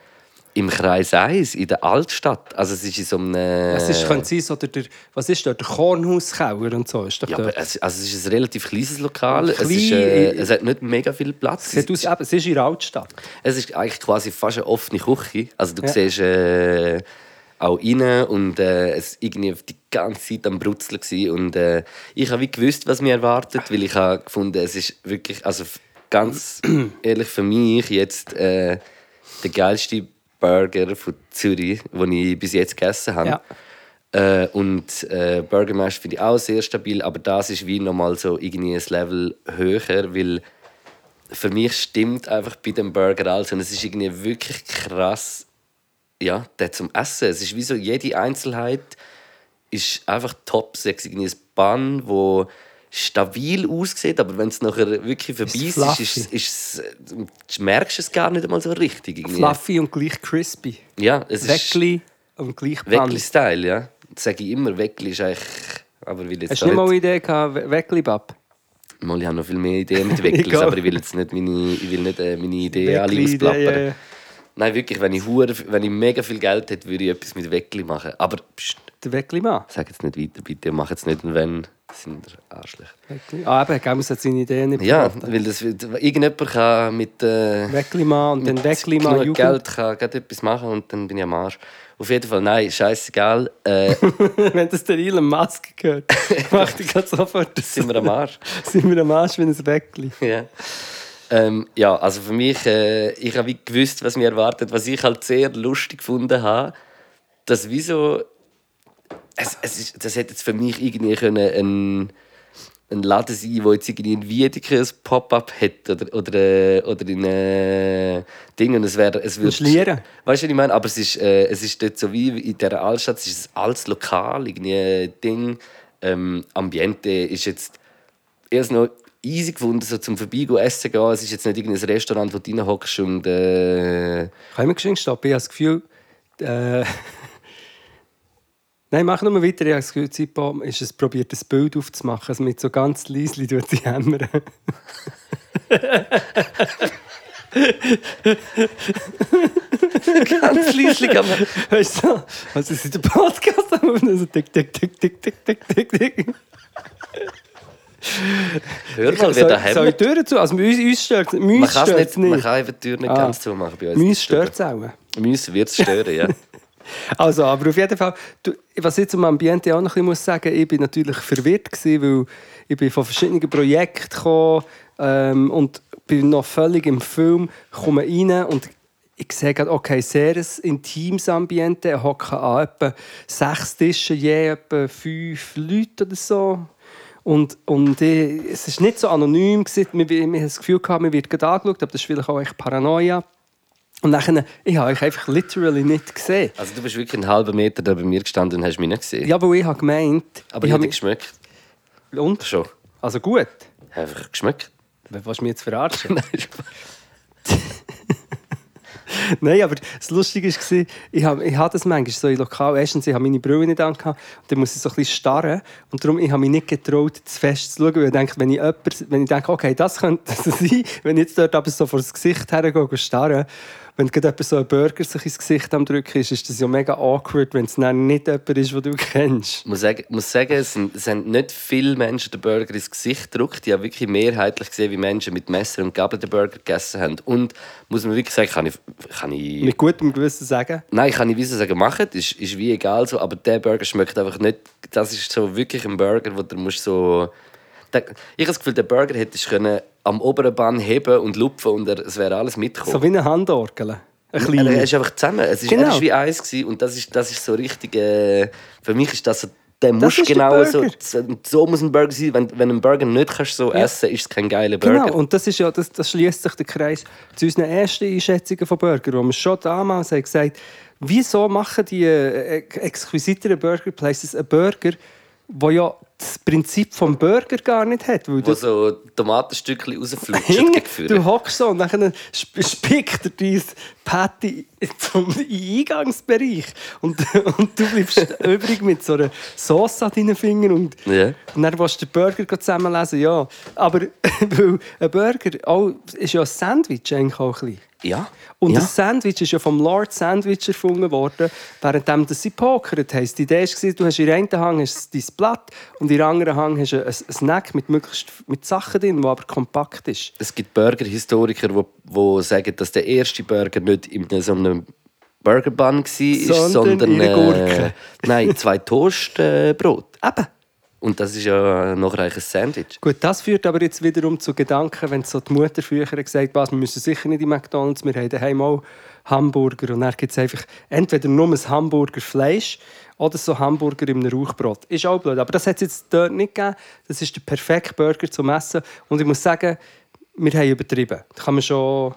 B: im Kreis 1, in der Altstadt. Also es ist in so einem...
C: Es
B: Äh.
C: ist, könnte sein, so der, der, was ist dort? Der Kornhauskauer und so. Ist doch
B: Ja, aber
C: dort.
B: es, also es ist ein relativ kleines Lokal. Es, ist,
C: Klein-
B: äh, es hat nicht mega viel Platz.
C: Sieht aus, eben, es ist in der Altstadt.
B: Es ist eigentlich quasi fast eine offene Küche. Also du siehst äh, auch rein und äh, es war irgendwie die ganze Zeit am Brutzeln. gewesen. Und äh, ich habe wie gewusst, was mich erwartet, weil ich habe gefunden, es ist wirklich, also f- ganz ehrlich für mich jetzt äh, der geilste Burger von Zürich, den ich bis jetzt gegessen habe.
C: Ja.
B: Äh, und äh, Burger Mash finde ich auch sehr stabil, aber das ist wie nochmal so irgendwie ein Level höher, weil für mich stimmt einfach bei dem Burger alles und es ist irgendwie wirklich krass, ja, der zum Essen. Es ist wie so jede Einzelheit ist einfach top. Es ist irgendwie ein Bann, wo stabil aussieht, aber wenn es nachher wirklich vorbei ist, ist,
C: fluffy.
B: ist, ist, es- merkst du es gar nicht einmal so richtig. irgendwie.
C: Fluffy und gleich crispy.
B: Ja, es ist
C: Weckli und gleich Pfanne.
B: Weckli-Style, ja. Das sage ich immer, Weckli ist eigentlich... Aber will jetzt
C: Hast
B: da
C: du nicht mal
B: nicht-
C: eine Idee gehabt, We- Weckli-Bab?
B: mal, ich habe noch viel mehr Ideen mit Wecklis,
C: Egal.
B: aber ich will jetzt nicht meine, ich will nicht, äh, meine Ideen alle
C: Weckli-Idee,
B: ausplappern.
C: ja, ja.
B: Nein, wirklich, wenn ich, hure, wenn ich mega viel Geld hätte, würde ich etwas mit Weckli machen. Aber pst,
C: Der Weckli-Mann.
B: sag jetzt nicht weiter, bitte. Mach jetzt nicht, und wenn, sind ihr Arschlöcher.
C: Weckli. Ah, eben, Gamus hat seine Ideen nicht
B: Ja,
C: verraten.
B: weil das, wird- irgendjemand kann mit... Äh,
C: Weckli-Mann und dann Weckli-Mann
B: genug
C: Jugend.
B: Geld kann gerade etwas machen und dann bin ich am Arsch. Auf jeden Fall, nein, scheißegal. Äh,
C: Wenn das der Elon Musk gehört, macht er gerade sofort das.
B: sind wir am Arsch.
C: sind wir am Arsch wie ein Weckli.
B: ja. Ähm, ja, also für mich, äh, ich habe wie gewusst, was mir erwartet. Was ich halt sehr lustig gefunden habe, dass wieso es, es ist, das hätte jetzt für mich irgendwie können ein, ein Laden sein, wo jetzt irgendwie in Wiedeke ein Pop-up hat oder, oder, äh, oder in äh, Ding und es wäre es würde
C: Schlieren.
B: Weißt du, was ich meine? Aber es ist, äh, es ist dort so wie in dieser Altstadt, es ist ein altes Lokal, irgendwie ein Ding. Ähm, Ambiente ist jetzt erst noch easy gefunden, so zum Vorbeigehen essen gehen. Es ist jetzt nicht irgendein Restaurant, wo du reinhockst und äh,
C: Können wir geschwind stoppen? Ich habe das Gefühl. Äh, Nein, mach nur weiter. Ich habe das Gefühl, die Zeitbombe ist es probiert, ein Bild aufzumachen, also mit so ganz leise tut sie hämmern.
B: ganz leislich am
C: Weißt du, also es ist der Podcast am Aufnehmen, so tick, tick, tick, tick, tick, tick, tick, tick.
B: Hör mal, wer da
C: Soll- Soll ich
B: haben.
C: die Türen zu? Also uns, uns stört es
B: Man
C: Uns
B: kann
C: stört
B: nicht,
C: es
B: man
C: nicht.
B: kann einfach die Tür nicht
C: Ah.
B: ganz zumachen bei uns.
C: Uns stört es auch.
B: Müssen wird es stören, ja.
C: Also, aber auf jeden Fall, du, was ich zum Ambiente auch noch ein bisschen muss sagen, ich bin natürlich verwirrt gewesen, weil ich bin von verschiedenen Projekten gekommen ähm, und bin noch völlig im Film, komme rein und ich sehe gerade, okay, sehr ein intimes Ambiente, er hocken an etwa sechs Tischen, je etwa fünf Leute oder so. Und, und ich, es war nicht so anonym, gewesen. wir, wir, wir haben das Gefühl, gehabt, man wird gerade angeschaut, aber das ist vielleicht auch echt Paranoia. Und nachher, ich habe euch einfach literally nicht gesehen.
B: Also du bist wirklich einen halben Meter da bei mir gestanden und hast mich nicht gesehen.
C: Ja, aber ich habe gemeint.
B: Aber ich
C: ich
B: habe
C: habe
B: geschmeckt.
C: mich- Und?
B: Schon.
C: Also gut.
B: Einfach geschmeckt.
C: Was willst du mich jetzt verarschen?
B: Nein, Spaß.
C: Nein, aber das Lustige war, ich habe, ich habe das manchmal so im Lokal. Erstens, ich habe meine Brille nicht an. Und dann muss ich so ein bisschen starren. Und darum ich habe mich nicht getraut, zu fest zu schauen. Weil ich denke, wenn ich, jemand, wenn ich denke, okay, das könnte das sein, wenn ich jetzt dort aber so vor das Gesicht hergehe und starre, wenn gerade jemand so ein Burger sich ins Gesicht am drücken ist, ist das ja mega awkward, wenn es dann nicht jemand ist, den du kennst.
B: Ich muss sagen, muss sagen es, sind, es haben nicht viele Menschen den Burger ins Gesicht gedrückt. Ich habe wirklich mehrheitlich gesehen, wie Menschen mit Messer und Gabel den Burger gegessen haben. Und muss man wirklich sagen, kann ich... Kann ich
C: Mit gutem Gewissen sagen.
B: Nein, kann ich wieso sagen, machen, ist, ist wie egal so, aber der Burger schmeckt einfach nicht. Das ist so wirklich ein Burger, wo du musst so. Der, ich habe das Gefühl, der Burger hättest du können am oberen Bann heben und lupfen und er, es wäre alles mitgekommen.
C: So wie eine Handorgel. Ein
B: er,
C: kleiner.
B: er ist einfach zusammen. Es ist, Er
C: Genau.
B: ist wie eins gewesen und das ist, das ist so richtig. Äh, für mich ist das so. Der
C: Das
B: muss
C: ist der
B: genau so,
C: Burger.
B: so. So muss ein Burger sein. Wenn, wenn du einen Burger nicht kannst so essen, ist es kein geiler Burger.
C: Genau, und das, ist ja, das, das schließt sich der Kreis zu unseren ersten Einschätzungen von Burger, wo wir schon damals haben gesagt wieso machen die äh, ex- exquisiteren Burger Places einen Burger, wo ja das Prinzip vom Burger gar nicht hat, weil
B: wo
C: du
B: so Tomatenstückchen rausflutschen.
C: hinten,
B: gefühlt.
C: du hockst so und dann sp- spickt er dein Patty zum Eingangsbereich und, und du bleibst übrig mit so einer Sauce an deinen Fingern und
B: Ja.
C: und dann willst du den Burger gleich zusammenlesen, ja. Aber weil ein Burger auch, ist ja ein Sandwich eigentlich auch ein bisschen.
B: Ja.
C: Und
B: ja.
C: das Sandwich ist ja vom Lord Sandwich erfunden worden, währenddem das sie pokert haben. Die Idee war, du hast in der einen Hang hast dein Blatt und in der anderen Hang hast du einen Snack mit, möglichst, mit Sachen drin, die aber kompakt ist.
B: es gibt Burger-Historiker, die wo, wo sagen, dass der erste Burger nicht in so einem Burger-Bun war, sondern,
C: Sondern
B: sondern
C: in einer Gurke.
B: Äh, nein, zwei Toastbrot.
C: Eben.
B: Und das ist ja noch ein Sandwich.
C: Gut, das führt aber jetzt wiederum zu Gedanken, wenn so die Mutter früher gesagt hat, was, wir müssen sicher nicht in McDonalds, wir haben daheim auch Hamburger. Und dann gibt es einfach entweder nur ein Hamburgerfleisch oder so Hamburger im Rauchbrot. Ist auch blöd, aber das hat es jetzt dort nicht gegeben. Das ist der perfekte Burger zum Essen. Und ich muss sagen, wir haben übertrieben. Da kann man schon...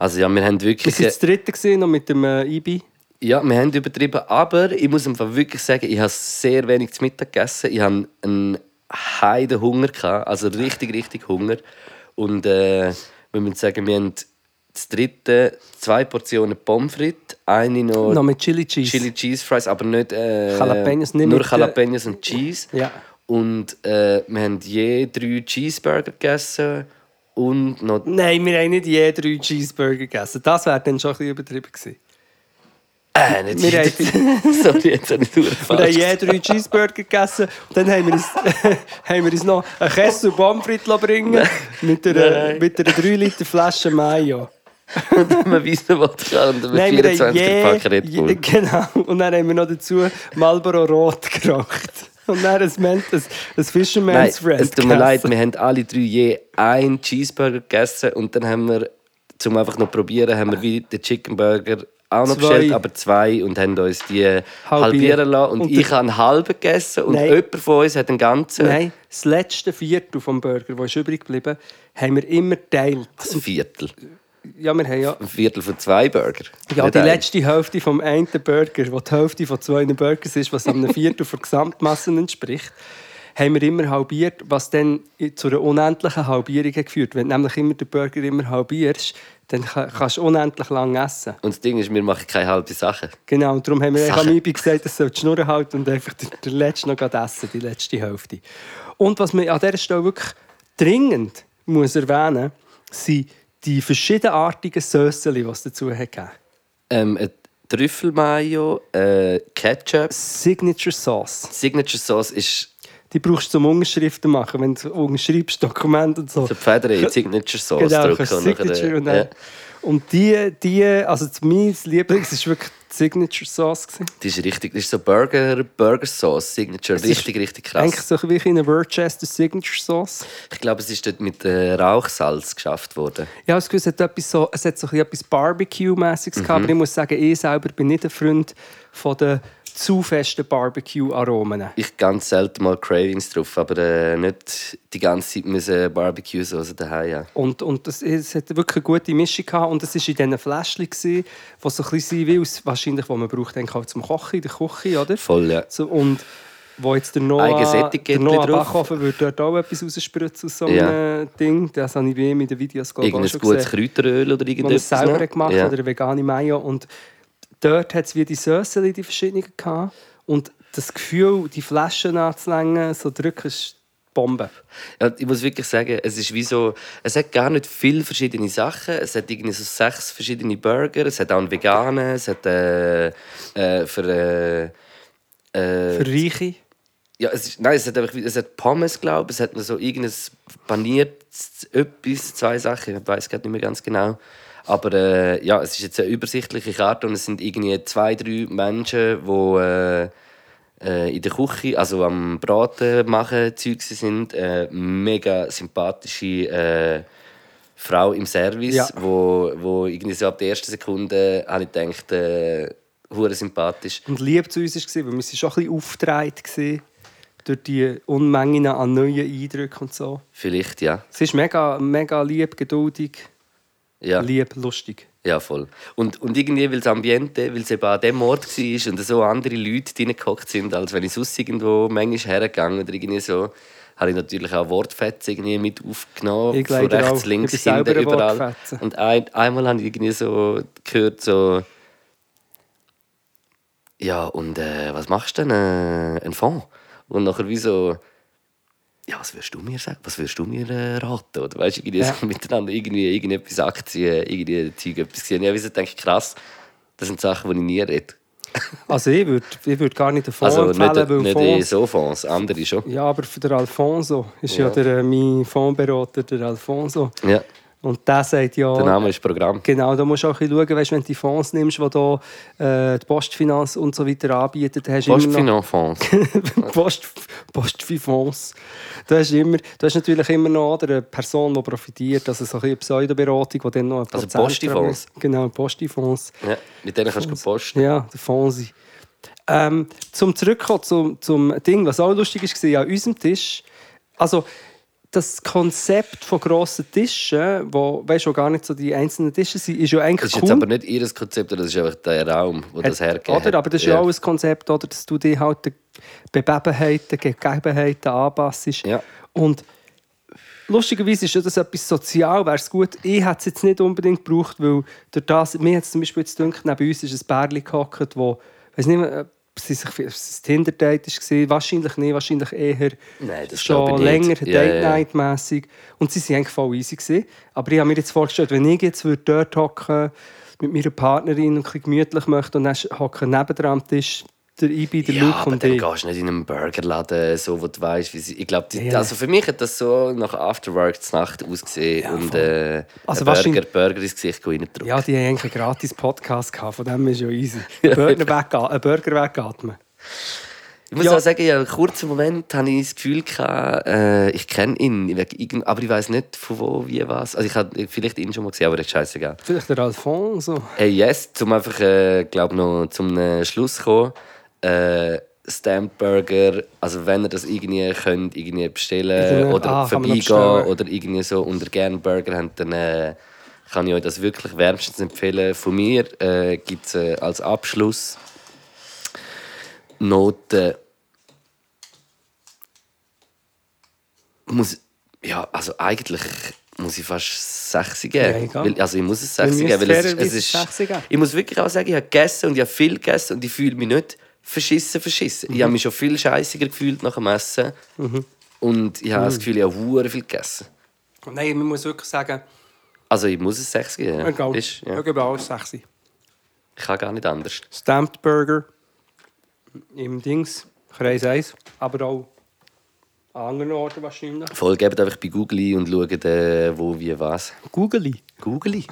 B: Also ja, wir haben
C: Wir
B: wirklich...
C: waren das dritte gewesen, noch mit dem äh, Ibi.
B: Ja, wir haben übertrieben, aber ich muss einfach wirklich sagen, ich habe sehr wenig zu Mittag gegessen. Ich habe einen heiden Hunger gehabt, also richtig, richtig Hunger. Und äh, wir müssen sagen, wir haben das dritte zwei Portionen Pommes frites, eine noch,
C: Noch mit Chili Cheese.
B: Chili Cheese Fries, aber nicht äh,
C: Jalapenos, nicht
B: nur
C: mit, äh,
B: Jalapenos und Cheese.
C: Ja.
B: Und äh, wir haben je drei Cheeseburger gegessen und noch
C: Nein, wir haben nicht je drei Cheeseburger gegessen. Das wäre dann schon ein bisschen übertrieben gewesen.
B: äh, nicht
C: Wir
B: jeder- Sorry, jetzt habe ich
C: Und dann haben
B: durchgefasst.
C: je drei Cheeseburger gegessen. Und dann haben wir uns, haben wir uns noch einen Kessel Pommes frites lassen bringen mit einer,
B: Nein.
C: mit einer 3 Liter Flasche Mayo.
B: man weiß nicht, was ich kann. Und
C: Nein,
B: mit
C: wir
B: 24
C: haben
B: Pack Red
C: je,
B: Bull.
C: genau. Und dann haben wir noch dazu Marlboro Rot geraucht. Und dann ein, Ment, ein, ein
B: Nein,
C: Fisherman's Friend
B: es tut mir
C: gegessen.
B: leid, wir haben alle drei je einen Cheeseburger gegessen und dann haben wir, um einfach noch zu probieren, haben wir wie den Chicken Burger auch noch
C: Zwei.
B: bestellt, aber zwei und haben uns die halbieren lassen. Und,
C: Und
B: ich
C: der-
B: habe einen halben gegessen und
C: Nein.
B: jemand von uns hat einen ganzen.
C: Nein, das letzte Viertel vom Burger, das ist übrig geblieben, haben wir immer geteilt.
B: Also ein Viertel.
C: Ja, wir haben ja,
B: Ein Viertel von zwei Burger.
C: ja
B: Nicht
C: die
B: ein.
C: letzte Hälfte vom einen Burger, wo die Hälfte von zwei Burgers ist, was einem Viertel von Gesamtmassen entspricht, haben wir immer halbiert, was dann zu einer unendlichen Halbierung hat geführt. Wenn du nämlich immer den Burger immer halbierst, dann ka- kannst du unendlich lang essen.
B: Und das Ding ist, wir machen keine halbe Sache.
C: Genau, und darum haben wir eigentlich
B: Sache.
C: am Ibi gesagt, das soll die Schnur halten und einfach den, den letzten noch gerade essen, die letzte Hälfte. Und was man an dieser Stelle wirklich dringend muss erwähnen muss, sind die verschiedenartigen Sösschen, die es dazu hat gegeben
B: Ähm, ein Trüffelmayo, äh, Ketchup.
C: Signature Sauce.
B: Signature Sauce ist
C: Die brauchst du zum Unterschriften machen, wenn du unterschreibst, Dokumente und so.
B: so die Feder in die Signature Sauce
C: Genau,
B: drücken.
C: kannst
B: und nachher,
C: Signature und
B: äh,
C: dann... Und die, die, also mein Lieblings war wirklich die Signature Sauce. Gewesen.
B: Die ist richtig, das ist so Burger, Burger Sauce, Signature,
C: ist
B: richtig, richtig krass.
C: Eigentlich so wie eine Worcester Signature Sauce.
B: Ich glaube, es ist dort mit äh, Rauchsalz geschafft worden.
C: Ja, das Gefühl, es hat etwas, so, es hat so ein bisschen etwas Barbecue-mäßiges gehabt,
B: Mhm.
C: aber ich muss sagen, ich selber bin nicht ein Freund von den zu festen Barbecue-Aromen.
B: Ich ganz selten mal Cravings drauf, aber äh, nicht die ganze Zeit müssen Barbecue-Soße daheim haben.
C: Und, und das, es hat wirklich eine gute Mischung gehabt und es war in diesen Fläschchen, gewesen, die so ein bisschen sind, wie aus, wahrscheinlich, die man braucht, denke ich, auch zum Kochen, in der Küche, oder?
B: Voll, ja.
C: So, und wo jetzt der
B: Eigenes
C: Noah,
B: Etikett
C: der Noah
B: drauf.
C: Bachhofen würde dort auch etwas rausspritzen aus so einem
B: Ja.
C: Ding. Das habe ich bei ihm in den Videos, glaube ich, auch
B: Irgendein
C: schon
B: gutes
C: gesehen.
B: Kräuteröl oder
C: die man
B: irgendetwas.
C: selber
B: ne?
C: hat gemacht
B: ja.
C: oder eine vegane Mayo. Und dort hat es wie die Sösseli, die verschiedenen gehabt. Und das Gefühl, die Flaschen anzulängen, so drücken, ist die Bombe.
B: Ja, ich muss wirklich sagen, es ist wie so, es hat gar nicht viele verschiedene Sachen. Es hat irgendwie so sechs verschiedene Burger, es hat auch einen veganen, es hat äh, äh, für... Äh, äh,
C: Für Reiche.
B: Ja, es ist, nein, es hat, einfach, wie- es hat Pommes, glaube ich. Es hat noch so irgendein paniertes etwas, zwei Sachen. Ich weiß gerade nicht mehr ganz genau. Aber äh, ja, es ist jetzt eine übersichtliche Karte und es sind irgendwie zwei, drei Menschen, die äh, äh, in der Küche, also am Braten machen, Zeug sind. Äh, mega sympathische äh, Frau im Service,
C: Ja.
B: wo, wo irgendwie so ab der ersten Sekunde habe ich gedacht, äh, hure sympathisch.
C: Und lieb zu uns war, weil wir sind schon ein bisschen aufgedreht waren durch die Unmengen an neuen Eindrücken und so.
B: Vielleicht, ja.
C: Es ist mega, mega lieb, geduldig,
B: ja.
C: lieb, lustig.
B: Ja, voll. Und, und irgendwie, weil das Ambiente, weil es eben an dem Ort war und so andere Leute reingehockt sind, als wenn ich sonst irgendwo manchmal hergegangen oder irgendwie so, habe ich natürlich auch Wortfetzen irgendwie mit aufgenommen.
C: Ich
B: von
C: leider
B: rechts,
C: auch.
B: links,
C: Ich bin selber
B: hinten,
C: ein
B: überall.
C: Wortfetzen.
B: Und ein, einmal habe ich irgendwie so gehört, so... Ja, und äh, was machst du denn? Äh, ein Fond? Und nachher wie so... Ja, was würdest du mir sagen? Was würdest du mir äh, raten? Oder weißt du, irgendwie
C: Ja.
B: so miteinander irgendwie irgendetwas Aktien, irgendwie Zeug, etwas gesehen. Ja, wieso denke ich krass? Das sind Sachen, die ich nie rede.
C: Also ich würde ich würd gar nicht davon
B: Also
C: empfehlen,
B: nicht,
C: weil
B: nicht
C: Fonds-
B: in so Fonds, andere schon.
C: Ja, aber für den Alfonso ist ja, der, äh, mein Fondsberater, der Alfonso.
B: Ja,
C: Und der sagt ja.
B: der Name ist Programm.
C: Genau, da musst du auch ein bisschen schauen, weißt, wenn du die Fonds nimmst, die da, äh, die Postfinanz und so weiter anbietet, hast du immer noch,
B: Postfinanfonds.
C: Post, Postfinanz. Da hast du immer, da hast du natürlich immer noch oder, eine Person, die profitiert, also so ein bisschen eine Pseudoberatung, die dann noch ein
B: Also
C: Prozent
B: Postifonds.
C: dran ist. Genau, Postifonds.
B: Ja, mit denen kannst du posten.
C: Ja, der Fonsi. Ähm, zum Zurückkommen zum, zum Ding, was auch lustig war, an unserem Tisch. Also, das Konzept von grossen Tischen, wo weißt, auch gar nicht so die einzelnen Tische sind, ist ja
B: Das ist
C: eigentlich
B: jetzt aber
C: cool.
B: nicht ihr Konzept, das ist einfach der Raum, wo das hergeht.
C: oder? Aber das ist ja auch ein Konzept, oder? dass du dich halt den Begebenheiten, Gegebenheiten anpassst.
B: Ja.
C: Und lustigerweise ist ja das etwas sozial, wäre es gut. Ich hätte es jetzt nicht unbedingt gebraucht, weil durch das, mir hat es zum Beispiel jetzt gedacht, neben uns ist ein Bärli gehockt, wo, ich weiß nicht mehr, ob sie sich ob es ein Tinder-Date war, wahrscheinlich nicht, wahrscheinlich eher
B: Nein, das glaube
C: schon
B: ich nicht.
C: länger
B: Ja, ja, ja.
C: Date-Night-mässig. Und sie waren eigentlich voll easy. Gewesen. Aber ich habe mir jetzt vorgestellt, wenn ich jetzt würde dort hocken mit meiner Partnerin und ein bisschen gemütlich möchte und dann hocken nebendran am Tisch der Ibi, der
B: ja,
C: Luke
B: aber
C: und
B: dann
C: ich.
B: gehst du nicht in einen Burgerladen, so, wo du weißt, wie sie. Ich glaube,
C: Ja.
B: also für mich hat das so nach Afterwork die Nacht ausgesehen und äh,
C: Also
B: ein
C: wahrscheinlich-
B: Burger, Burger ins Gesicht reindrücken.
C: Ja, die haben eigentlich einen gratis Podcast gehabt, von dem ist ja easy. Burger, wegga- äh, Burger wegatmen.
B: Ich muss
C: Ja.
B: auch sagen, ja, einen kurzen Moment hatte ich das Gefühl, gehabt, äh, ich kenne ihn, wegen irgend- aber ich weiß nicht von wo, wie, was. Also ich habe vielleicht ihn schon mal gesehen, aber das ist scheißegal.
C: Vielleicht der Alfonso.
B: Hey, yes, zum einfach, äh, glaub noch zum äh, Schluss zu kommen. Äh, Stampburger, also wenn ihr das irgendwie könnt, irgendwie bestellen
C: Irgendwie-
B: oder
C: ah, kann man noch
B: vorbeigehen
C: bestellen.
B: oder irgendwie so unter gerne Burger habt, dann äh, kann ich euch das wirklich wärmstens empfehlen. Von mir äh, gibt es äh, als Abschluss Note. Muss, ja, also eigentlich muss ich fast 60 geben.
C: Ja, egal.
B: weil, also ich muss es
C: Wir
B: 60 geben,
C: müssen
B: weil es ist, es
C: fairerweise
B: ist,
C: 60 geben.
B: ich muss wirklich auch sagen, ich habe gegessen und ich habe viel gegessen und ich fühle mich nicht verschissen, verschissen. Ich habe mich schon viel scheißiger gefühlt nach dem Essen und ich habe das Gefühl, ich habe hure viel gegessen.
C: Nein, man muss wirklich sagen,
B: Also ich muss es 60 geben. ja.
C: egal.
B: Ist,
C: Ich
B: ja.
C: gebe alles 6.
B: Ich kann gar nicht anders.
C: Stamped Burger im Dings, Kreis 1, aber auch an anderen Orten wahrscheinlich.
B: Voll, gebt einfach bei Google und schaut, äh, wo, wie, was.
C: Googeli.
B: Google?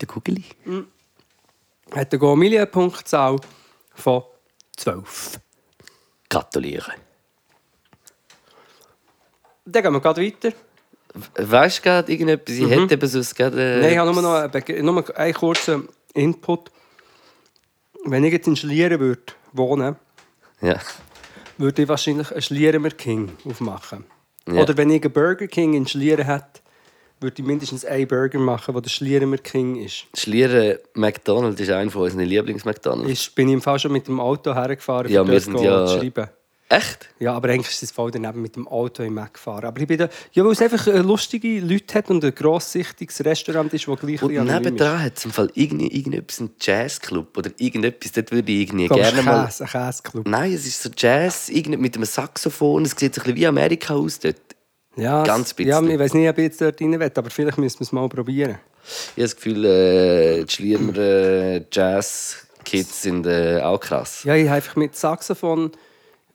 B: Der Google?
C: Hat eine Gomilien-Punktzahl von 12.
B: Gratuliere.
C: Dann gehen wir gerade weiter.
B: Eh, Weißt du gerade irgendetwas? Ich hätte eben sonst gerade. Äh,
C: Nein, ich habe nur noch einen, Beg- nur einen kurzen Input. Wenn ich jetzt in Schlieren würde wohnen,
B: Ja.
C: würde ich wahrscheinlich einen Schlierener King aufmachen.
B: Ja.
C: Oder wenn ich einen Burger King in Schlieren hätte, würde ich mindestens einen Burger machen, der der Schlierener King ist.
B: Schlieren McDonald's ist einer von unseren Lieblings-McDonald's.
C: Ich bin im Fall schon mit dem Auto hergefahren,
B: Ja,
C: um
B: wir
C: dort
B: sind
C: zu
B: ja-
C: schreiben.
B: Echt?
C: Ja, aber eigentlich ist es voll daneben mit dem Auto im Weg gefahren. Aber ich bin da, ja, weil es einfach äh, lustige Leute hat und ein grosssichtiges Restaurant ist, das gleich
B: Und
C: ein bisschen anonym ist.
B: nebendran hat es im Fall irgende- irgendetwas einen Jazzclub oder irgendetwas. Dort würde ich irgendwie
C: Ich glaube, es
B: gerne
C: ist
B: mal.
C: Käse, ein Käseclub.
B: Nein, es ist so Jazz, irgend mit einem Saxophon. Es sieht so ein bisschen wie Amerika aus dort.
C: Ja,
B: Ganz
C: es-
B: bisschen.
C: Ja, ich weiß nicht, ob ich jetzt dort rein will, aber vielleicht müssen wir es mal probieren.
B: Ich habe das Gefühl, äh, die Schlierer äh, Jazz-Kids sind äh, auch krass.
C: Ja, ich habe einfach mit Saxophon,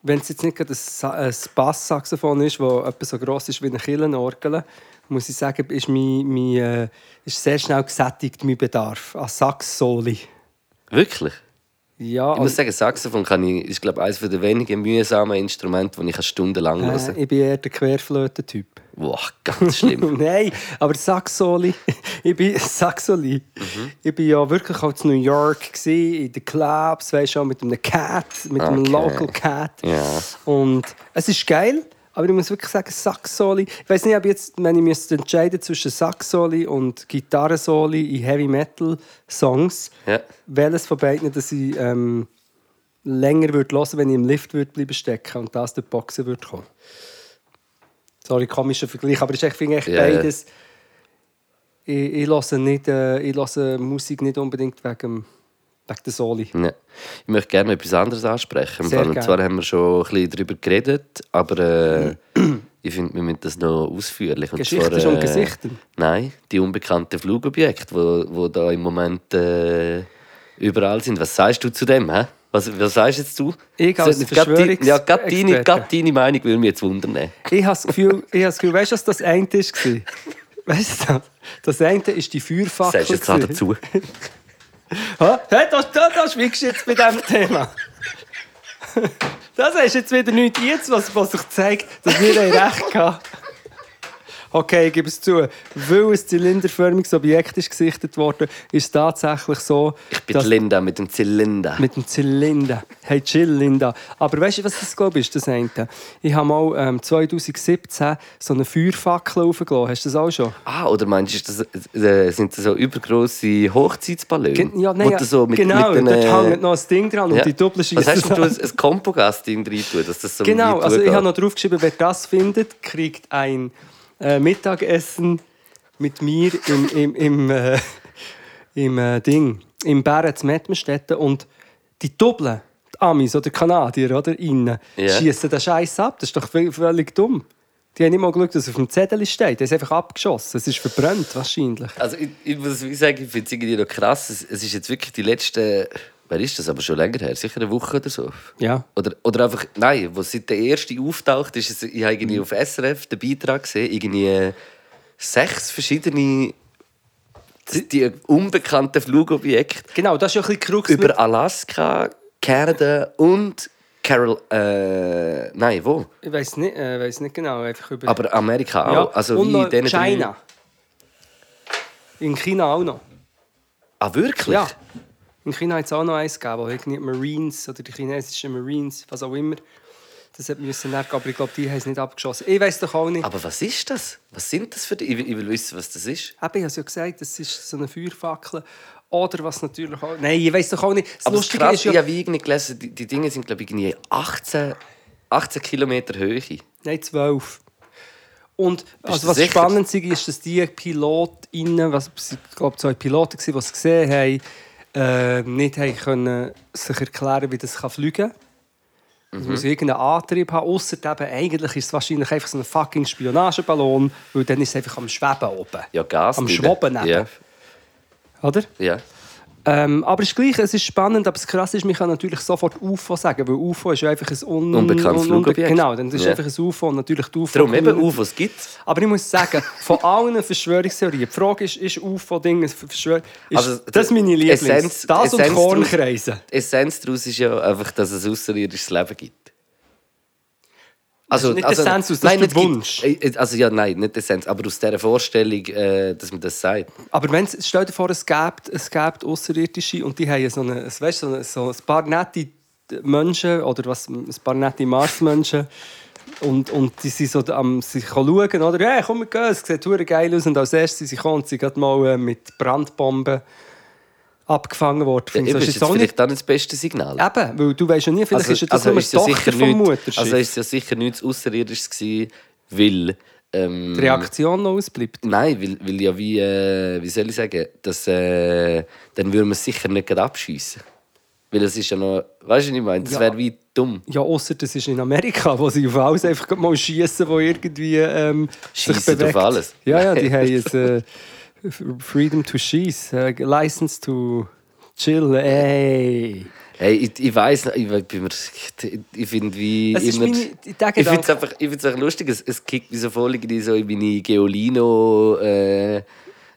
C: wenn es jetzt nicht gerade ein Sa- ein Basssaxophon ist, das etwa so gross ist wie eine Kirchenorgel, muss ich sagen, ist, mein, mein, äh, ist sehr schnell gesättigt mein Bedarf an Saxsoli.
B: Wirklich?
C: Ja,
B: Ich muss sagen, Saxophon kann ich, ist glaube eines der wenigen mühsamen Instrumente, die ich kann stundenlang hören
C: und,
B: kann.
C: äh, ich bin eher der Querflöten-Typ.
B: Boah, ganz schlimm.
C: Nein, aber Saxoli. Ich bin Saxoli.
B: Mhm.
C: Ich bin ja wirklich auch in New York gewesen, in den Clubs, weißt du, auch mit einem Cat, mit einem
B: Okay.
C: Local Cat.
B: Ja.
C: Und es ist geil, aber ich muss wirklich sagen, Saxoli. Ich weiß nicht, ob ich jetzt, wenn ich müsste entscheiden zwischen Saxoli und Gitarrensoli in Heavy Metal Songs,
B: Ja.
C: welches von beiden, dass ich ähm, länger würde hören, wenn ich im Lift würde bleiben stecken und das durch die Boxen würde kommen. Sorry, komischer Vergleich, aber ich finde echt
B: Ja, ja.
C: beides. Ich, ich lasse nicht, äh, ich lasse Musik nicht unbedingt wegen, wegen der Soli.
B: Ja. Ich möchte gerne etwas anderes ansprechen.
C: Sehr
B: und
C: gerne.
B: zwar haben wir schon ein bisschen darüber geredet, aber äh, ich finde, wir müssen das noch ausführlich. Und
C: Geschichten
B: zwar, äh,
C: schon Gesichten?
B: Nein, die unbekannten Flugobjekte, wo, wo da im Moment äh, überall sind. Was sagst du zu dem? Hä? Was, was sagst jetzt du?
C: Ich als
B: So, gerade die- Ja, gerade deine,
C: Verschwörungsexperte.
B: gerade deine Meinung würde mich jetzt wundern. ne?
C: Ich habe das Gefühl, ich habe das Gefühl weißt du, was das eine war? Weißt du, das? das eine war die Feuerfackel.
B: Sagst du jetzt noch
C: gewesen.
B: dazu?
C: Hä? Hey, das, das, das schwiegst du jetzt bei diesem Thema. Das ist jetzt wieder nichts jetzt, was, was sich zeigt, dass wir ein recht hatten. Okay, ich gebe es zu. Weil ein zylinderförmiges Objekt ist gesichtet worden, ist es tatsächlich so,
B: Ich bin die Linda mit dem Zylinder.
C: mit dem Zylinder. Hey, chill, Linda. Aber weißt du, was das, glaube ich, ist, das eine? Ich habe mal ähm, 2017 so eine Feuerfackel aufgelassen. Hast du das auch schon?
B: Ah, oder meinst du, ist das, äh, sind das so übergroße Hochzeitsballons?
C: Gen- Ja,
B: Wo
C: nein, ja,
B: du so mit,
C: genau,
B: mit den,
C: dort
B: äh,
C: hängt noch ein Ding dran
B: ja.
C: und die Doppel
B: Was hast
C: schiessen
B: du ein, ein Kompogas drin reintun, dass das so
C: Genau,
B: weit
C: also ich
B: durchgeht?
C: habe noch draufgeschrieben, wer das findet, kriegt ein äh, Mittagessen mit mir im, im, im, äh, im äh, Ding, im Bären zu Mettmerstetten. Und die Doppeln, die Amis oder Kanadier oder innen,
B: Ja.
C: schießen den Scheiß ab. Das ist doch völ- völlig dumm. Die haben nicht mal geschaut, dass es auf dem Zettel steht. Der ist einfach abgeschossen. Es ist verbrannt, wahrscheinlich.
B: Also ich, ich muss wie sagen, ich finde es irgendwie noch krass. Es, es ist jetzt wirklich die letzte... Wer ist das? Aber schon länger her. Sicher eine Woche oder so.
C: Ja.
B: Oder, oder einfach... Nein, wo seit der erste auftaucht, ist es, ich habe
C: Mhm.
B: irgendwie auf SRF den Beitrag gesehen, irgendwie äh, sechs verschiedene... Die, die unbekannten Flugobjekte
C: Genau, das ist ja ein bisschen Krux.
B: über Alaska, Kanada und Carol. Äh, nein, wo?
C: Ich weiß nicht, äh, weiss nicht genau. Einfach über
B: Aber Amerika auch. also
C: und
B: wie
C: noch
B: in diesen drei-
C: China. In China auch noch.
B: Ah, wirklich?
C: Ja. In China hat es auch noch eins gegeben, wo irgendwie die Marines oder die chinesischen Marines, was auch immer. Das hat müssen nachgehen, aber ich glaube, die haben es nicht abgeschossen. Ich weiß doch auch nicht.
B: Aber was ist das? Was sind das für die? Ich will, ich will wissen, was das ist.
C: Eben, ich habe es ja gesagt, das ist so eine Feuerfackel. Oder was natürlich auch. Nein, ich weiß doch auch nicht. Das
B: Aber das
C: Lustige
B: Krasse,
C: ist ja.
B: ich habe irgendwie gelesen, die, die Dinge sind, glaube ich, irgendwie 18, 18 Kilometer Höhe.
C: Nein, zwölf. Und also
B: du
C: was
B: sicher?
C: spannend war, ist, dass die Pilotinnen, was ich glaube, zwei Piloten waren, die es gesehen haben, äh, nicht haben können sich erklären wie das kann fliegen kann. Es
B: Mhm.
C: muss irgendeinen Antrieb haben. Ausser eben, eigentlich ist es wahrscheinlich einfach so ein fucking Spionageballon, weil dann ist es einfach am Schweben oben.
B: Ja, Gas.
C: Am
B: drin.
C: Schwabben eben.
B: Ja,
C: Oder?
B: ja.
C: Ähm, aber es ist gleich, es ist spannend, aber das Krasse ist, man kann natürlich sofort UFO sagen, weil UFO ist ja einfach ein un
B: Unbekanntes
C: un- unbe-
B: Flugobjekt.
C: Genau, dann ist
B: Ja.
C: einfach ein UFO und natürlich die UFO.
B: Darum eben auf, was es gibt.
C: Aber ich muss sagen, von allen Verschwörungstheorien, die Frage ist, ist UFO-Ding eine Verschwörung? Ist
B: Also,
C: das
B: die
C: meine Lieblings?
B: Essenz- die
C: das und
B: Essenz
C: Kornkreise.
B: Die Essenz daraus ist ja einfach, dass es außerirdisches Leben gibt.
C: ist nicht die Essenz aus, das ist der
B: es gibt-
C: Wunsch.
B: äh, Also ja, nein, nicht die Essenz, aber aus dieser Vorstellung, äh, dass man das sagt.
C: Aber wenn's, stell dir vor, es gibt, es gibt Außerirdische und die haben so, eine, es- weißt, du, so, eine, so ein paar nette Menschen oder was, ein paar nette Marsmenschen und, und die sind so am sich schauen, oder? Hey, komm, wir gehen, es sieht verdammt geil aus. Und als erstes sind sie gekommen und sie gerade mal äh, mit Brandbomben abgefangen worden.
B: Ja,
C: Finde ich,
B: eben,
C: so,
B: ist
C: ist
B: jetzt
C: jetzt auch nicht
B: vielleicht auch nicht das beste Signal.
C: Eben, weil du weißt ja nie, vielleicht ist ja das
B: Also- ist ja
C: nur die Tochter vom
B: nichts-
C: Mutterschiff.
B: Also ist es ja sicher nichts Außerirdisches gewesen, weil... Ähm,
C: die Reaktion noch ausbleibt.
B: Nein, weil, weil ja wie... Äh, wie soll ich sagen? Das, äh, dann würden wir es sicher nicht gerade abschiessen. Weil es ist ja noch... Weißt du, was ich meine? Das
C: Ja.
B: wäre wie dumm.
C: Ja, außer das ist in Amerika, wo sie auf alles einfach gerade mal schießen, wo irgendwie ähm, sich
B: Schiessen auf
C: bewegt.
B: alles.
C: Ja, ja, die haben jetzt äh, Freedom to Schieß, äh, License to Chill, ey.
B: Hey, ich, ich weiß, ich, we- bin mir, ich, ich finde wie
C: Es ist
B: immer,
C: meine- der
B: ich finde es
C: Gedanke-
B: einfach, ich find's einfach lustig, es, es kickt mich so voll irgendwie so in meine Geolino, äh, äh,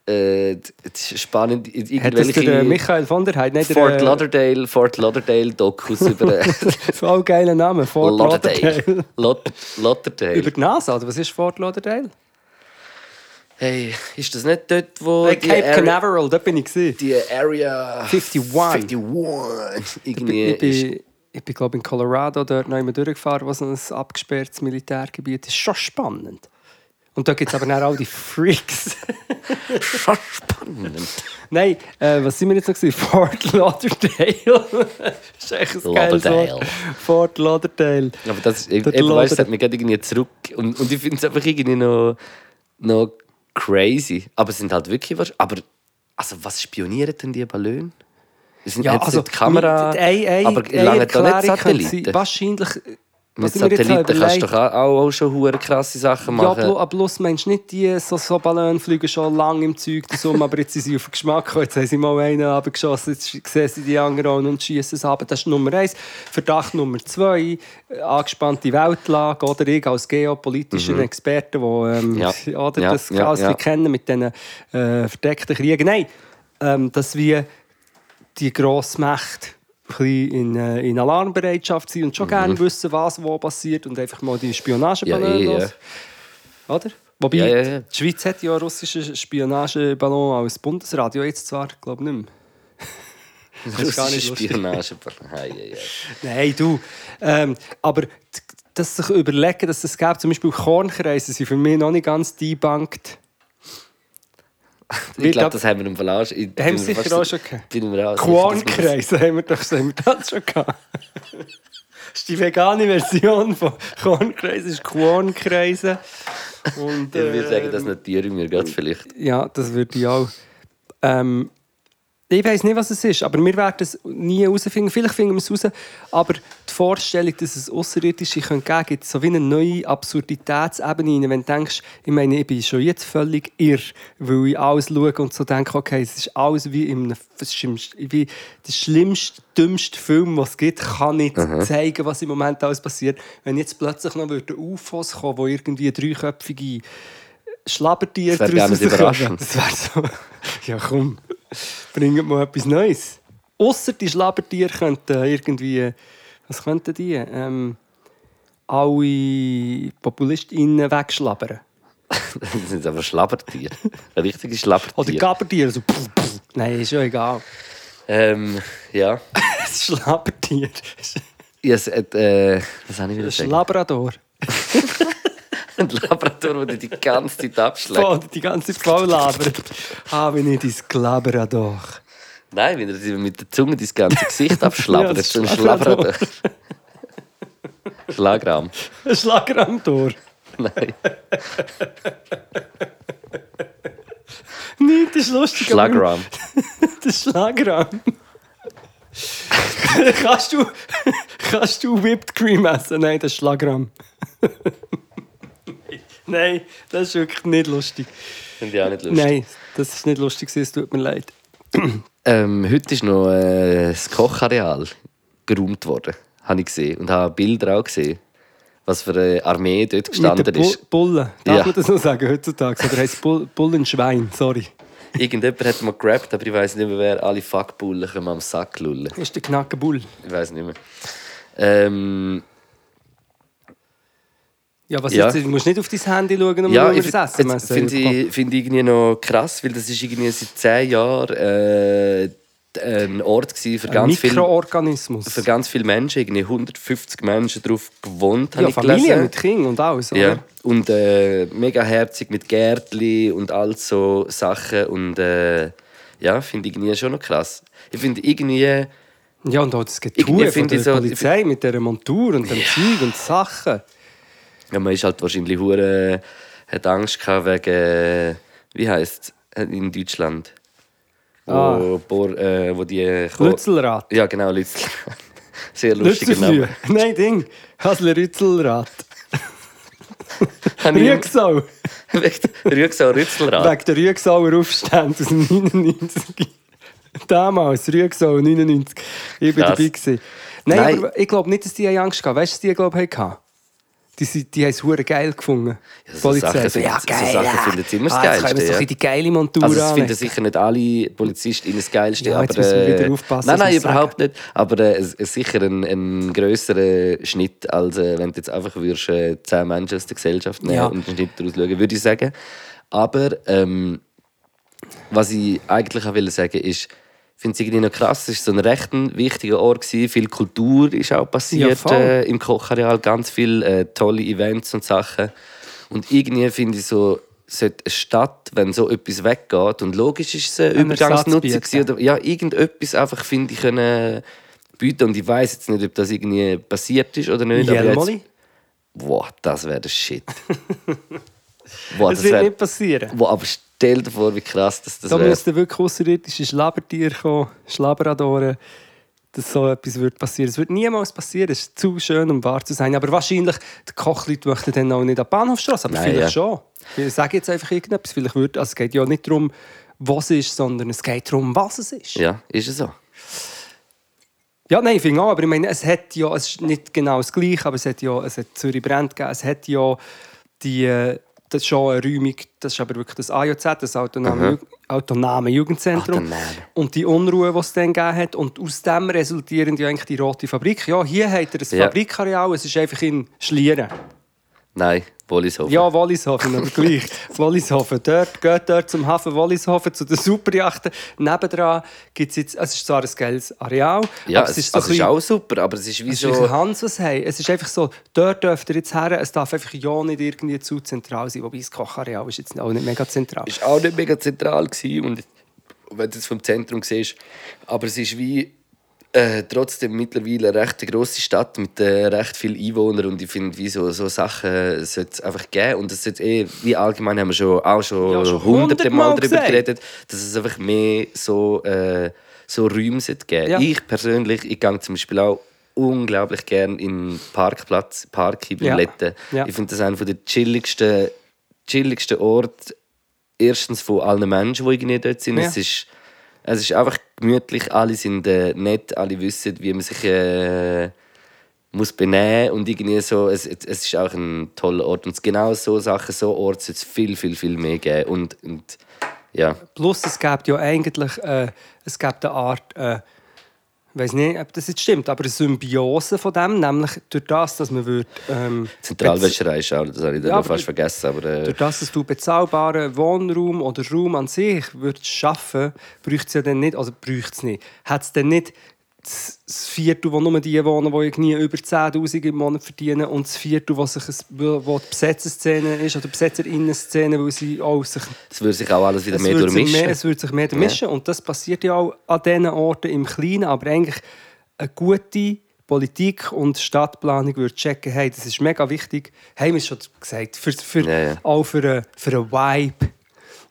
B: d- d- spannend, in-
C: Hat das
B: irgendwelche
C: der äh, Michael von der Heid? Nein, der,
B: Fort
C: äh,
B: Lauderdale, Fort Lauderdale Dokus über äh,
C: Voll geiler Name, Fort Lauderdale.
B: Lauderdale, Laud-
C: Über
B: Lauderdale.
C: die NASA, oder was ist Fort Lauderdale?
B: Hey, ist das nicht dort, wo
C: Bei
B: die,
C: Äh, Cape
B: Area,
C: Canaveral, da bin ich gesehen.
B: die Area
C: 51.
B: 51 irgendwie
C: Ich
B: ist?
C: bin, ich bin glaube in Colorado dort noch immer durchgefahren, was ein abgesperrtes Militärgebiet ist. Schon spannend. Und da gibt es aber dann all die Freaks.
B: Schon spannend.
C: Nein, äh, was sind wir jetzt noch? Gewesen? Fort Lauderdale. das ist echt ein geiles
B: Lauderdale.
C: Wort. Fort Lauderdale.
B: Aber das, eben,
C: Der
B: eben, weißt,
C: Laden.
B: das hat mich gerade irgendwie zurück. Und, und ich finde es einfach irgendwie noch, noch crazy. Aber es sind halt wirklich was. Aber also, was spionieren denn die Ballone? Es sind
C: Ja,
B: jetzt
C: also
B: nicht die Kamera.
C: mit- Ei, ei,
B: aber
C: ei,
B: lange da nicht
C: Erklärung könnte sein,
B: Satelliten.
C: Wahrscheinlich. äh,
B: Mit
C: was ich mir jetzt
B: Satelliten kannst
C: überlegt-
B: du doch auch, auch schon hure krasse Sachen
C: Ja,
B: machen.
C: blo- aber bloß meinst du nicht, die so, so Ballon fliegen schon lange im Zeug rum, aber jetzt sind sie auf den Geschmack gekommen, jetzt haben sie mal einen abgeschossen, jetzt sch- sehen sie die anderen an und schießen es ab. Das ist Nummer eins. Verdacht Nummer zwei, äh, angespannte Weltlage, oder ich als geopolitischer Experte, wo, ähm,
B: Mhm. Ja.
C: oder
B: Ja,
C: das
B: ja,
C: alles
B: ja.
C: kennen mit diesen äh, verdeckten Kriegen. Nein, ähm, dass wir die Grossmächte ein bisschen in, äh, in Alarmbereitschaft sind und schon gerne wissen, was wo passiert und einfach mal die Spionageballon
B: Mhm. Ja, eh, ja.
C: los. Oder? Wobei,
B: Ja, ja, ja.
C: die Schweiz hat ja einen russischen Spionageballon als Bundesradio, jetzt zwar, glaube ich nicht mehr.
B: das
C: ist gar nicht lustig.
B: Spionage. Ei, ei, ei.
C: Nein, du. Ähm, aber d- dass sich überlegen, dass es gibt, zum Beispiel Kornkreise, sind für mich noch nicht ganz debunked.
B: Ich glaube,
C: glaub-
B: das haben wir im Verlauf. Ich bin
C: Haben
B: mir
C: wir sicher
B: fast-
C: auch schon gehabt.
B: Bin mir auch sicher, dass wir das-
C: Kornkreise haben wir doch haben wir das schon gehabt. Das ist die vegane Version von Kornkreise, ist Kornkreise. Und,
B: Ich würde sagen,
C: ähm,
B: das notiere ich mir gerade vielleicht.
C: Ja, das würde ich auch. Ähm, ich weiß nicht, was es ist, aber wir werden es nie herausfinden. Vielleicht finden wir es raus. Aber die Vorstellung, dass es Außerirdische geben könnte, gibt so wie eine neue Absurditätsebene rein. Wenn du denkst, ich meine, ich bin schon jetzt völlig irr, weil ich alles schaue und so denke, okay, es ist alles wie im wie der schlimmste, dümmste Film, was es gibt, kann nicht zeigen, was im Moment alles passiert. Wenn jetzt plötzlich noch würden UFOs kommen, wo irgendwie dreiköpfige Schlabbertier
B: Das wär gar nicht überraschend.
C: Das wäre so. Ja, komm, bringt mal etwas Neues. Außer die Schlabbertier könnten eh, irgendwie Was könnten die? Ähm, alle PopulistInnen wegschlabbern.
B: Das sind aber Schlabbertier. Richtige Schlabbertier.
C: Oder Gabbertier. So. pff, pff. Nein, ist ja egal.
B: ähm, ja.
C: Das Schlabbertier.
B: ja es, hat, äh, was habe ich wieder
C: Das
B: gesagt?
C: Labrador.
B: Ein Labrador, der die die ganze Zeit abschlägt.
C: Voll, die ganze Zeit voll labert. Habe ich dein Labrador.
B: Nein, wenn er dir mit der Zunge dein ganze Gesicht abschlabbert,
C: Ja,
B: ist so ein
C: das Schlabrador.
B: Schlabrador. Schlagrahm.
C: Ein Schlager am Tor.
B: Nein.
C: Nein, das ist lustig. aber-
B: Schlagrahm.
C: Das Schlagrahm. kannst, du, kannst du Whipped Cream essen? Nein, das ist Schlagrahm. Nein, das ist wirklich nicht lustig.
B: Finde ich auch nicht lustig.
C: Nein, das ist nicht lustig, es tut mir leid.
B: Ähm, heute ist noch äh, das Kochareal geräumt worden, habe ich gesehen. Und habe Bilder auch gesehen, was für eine Armee dort
C: Mit
B: gestanden
C: den Bu-
B: ist.
C: Bullen. Darf
B: Ja.
C: man das noch sagen heutzutage? Oder heisst Bull Bullenschwein? Sorry.
B: Irgendjemand hat mal gerappt, aber ich weiß nicht mehr wer. Alle Fuckbullen können am Sack lullen.
C: Das ist der Knackenbull.
B: Ich weiß nicht mehr. Ähm,
C: Ja, was
B: Ja.
C: jetzt? Du musst nicht auf dein Handy schauen, um
B: ja,
C: nur
B: ich
C: das Essen
B: finde
C: messen.
B: find ich, find ich irgendwie noch krass, weil das ist irgendwie seit zehn Jahren äh, ein Ort gewesen für
C: Ein
B: ganz viele
C: Mikroorganismus.
B: für ganz viele Menschen, irgendwie 150 Menschen drauf gewohnt, habe
C: ja,
B: ich
C: Familie
B: gelesen.
C: mit Kind und alles. oder?
B: Ja. Und äh, mega herzig mit Gärtli und all so Sachen. Und äh, ja, finde ich irgendwie schon noch krass. Ich finde irgendwie.
C: Ja, und auch das
B: Irgendwie
C: Getue von
B: finde
C: der
B: ich so-
C: Polizei mit dieser Montur und dem Zeug und Sachen.
B: Ja, man ist halt wahrscheinlich hure hat Angst gehabt wegen wie heißt in Deutschland wo,
C: Ah.
B: Bor, äh, wo die Ko-
C: Lützelrad.
B: ja genau Lützel sehr lustig genau.
C: Lützelflühe.
B: Name
C: Nein, Ding. Hasler Rützelrad.
B: Habe ich- Ah.
C: Rüegsau.
B: Wegen der Rüegsau Rützelrad
C: Wegen der Rüegsauer Aufstände aus dem 99. Damals, Rüegsau 99. Ich war
B: Krass.
C: dabei. Gewesen. Nein,
B: Nein.
C: Aber ich glaube nicht, dass die Angst hatten. Weißt du, was die, glaube ich, hatten? Die, sind- die haben es hure geil gefunden.
B: Ja, so Sachen sind- so Sachen finden sie immer das
C: ah, jetzt können
B: Geilste,
C: wir
B: ja.
C: so ein bisschen die geile Montur
B: also es
C: anlegen.
B: finden sicher nicht alle Polizisten das Geilste
C: Ja, jetzt
B: aber
C: müssen wir wieder
B: äh,
C: aufpassen,
B: nein
C: was
B: nein
C: wir
B: überhaupt nicht aber äh, es ist sicher ein, ein größerer Schnitt als äh, wenn du jetzt einfach würdest äh, zehn Menschen aus der Gesellschaft nehmen
C: Ja.
B: und einen Schnitt daraus schauen, würde ich sagen aber ähm, was ich eigentlich auch will sagen ist, ich finde es irgendwie noch krass, es war so ein recht ein wichtiger Ort, gewesen. viel Kultur ist auch passiert
C: voll.
B: äh, im Kochareal, ganz viele äh, tolle Events und Sachen. Und irgendwie finde ich so, sollte eine Stadt, wenn so etwas weggeht, und logisch ist es eine
C: Einen
B: Übergangsnutzung,
C: Ersatz
B: gewesen oder ja, irgendetwas einfach, finde ich, können bieten. Und ich weiß jetzt nicht, ob das irgendwie passiert ist oder nicht. aber jetzt-
C: Jelmoli?
B: Boah, das wäre der Shit. Boah,
C: Das
B: das
C: wird
B: wäre...
C: nicht passieren.
B: Boah, aber stell dir vor, wie krass das, das
C: Da
B: wäre.
C: müssten wirklich außerirdische Schlabbertiere kommen, Schlabradoren, dass so etwas wird passieren Es wird niemals passieren, es ist zu schön, um wahr zu sein. Aber wahrscheinlich, die Kochleute möchten dann auch nicht an die Bahnhofstrasse, aber
B: Nein,
C: vielleicht
B: ja.
C: schon. Ich sage jetzt einfach irgendetwas, vielleicht wird, also es geht ja nicht darum, was es ist, sondern es geht darum, was es ist.
B: Ja, ist es so.
C: Ja, nein, ich finde auch, aber ich meine, es hat ja, es ist nicht genau das Gleiche, aber es hat ja, es hat Zürich Brand gegeben, es hat ja die, äh, das ist schon eine Räumung, das ist aber wirklich das AJZ, das Autonome, Ju Autonome Jugendzentrum.
B: Mhm. Autonome.
C: Und die Unruhe, die es dann gegeben hat, und aus dem resultieren ja eigentlich die rote Fabrik. Ja, hier hat er ein
B: Ja.
C: Fabrikareal, es ist einfach in Schlieren.
B: Nein, Wollishofen.
C: Ja, Wallishofen, aber gleich. Wallishofen, dort, geht dort zum Hafen Wallishofen, zu den Superjachten. Nebendran gibt es jetzt, es ist zwar ein geiles Areal,
B: ja
C: aber
B: es, ist, also es ist
C: bisschen-
B: auch super, aber es ist wie
C: es ist ein
B: so...
C: Hans, was haben. Es ist einfach so, dort dürft ihr jetzt her, es darf einfach ja nicht irgendwie zu zentral sein. Wobei das Kochareal ist jetzt auch nicht mega zentral.
B: Es war auch nicht mega zentral. Gewesen und wenn du es vom Zentrum siehst, aber es ist wie äh, trotzdem mittlerweile eine recht grosse Stadt mit äh, recht vielen Einwohnern und ich finde, wie so, so Sachen sollte es einfach geben und es sollte eh, wie allgemein haben wir schon, auch schon,
C: Ja, schon
B: hunderte
C: hundertmal
B: Mal darüber
C: gesagt.
B: geredet, dass es einfach mehr so, äh, so Räume sollte geben
C: Ja.
B: Ich persönlich, ich gehe zum Beispiel auch unglaublich gerne in den Parkplatz, Park beim
C: Ja.
B: Letten.
C: Ja.
B: Ich finde das einer der chilligsten, chilligsten Orte erstens von allen Menschen, die irgendwie dort sind.
C: Ja.
B: Es, ist, es ist einfach gemütlich, alle sind äh, nett, alle wissen, wie man sich äh, muss benehmen und irgendwie so. Es, es es ist auch ein toller Ort. Und genau so Sachen, so Orte soll es viel, viel, viel mehr geben. Und, und ja,
C: Plus, es gibt ja eigentlich äh, es gibt eine Art, äh, ich weiß nicht, ob das jetzt stimmt, aber eine Symbiose von dem, nämlich durch das, dass man würde, ähm,
B: Zentralwäscherei ist auch, das habe ich dann
C: Ja,
B: noch
C: aber-
B: fast vergessen. Aber, äh,
C: durch das, dass du bezahlbaren Wohnraum oder Raum an sich würdest schaffen, bräuchte es ja dann nicht, also bräuchte es nicht, hat es dann nicht das das Viertel, wo nur die wohnen, die irgendwie über 10'000 im Monat verdienen und das Viertel, wo, sich ein, wo wo die Besetzerszene ist oder Besetzerinnen-Szene, weil sie auch sich
B: es würde sich auch alles wieder
C: es
B: mehr
C: würde sich
B: durchmischen.
C: mehr, es würde sich mehr durchmischen. Und das passiert ja auch an diesen Orten im Kleinen. Aber eigentlich eine gute Politik und Stadtplanung würde checken, hey, das ist mega wichtig. Haben wir es schon gesagt. Für, für,
B: Ja, ja. Mhm.
C: Auch für einen für einen Vibe.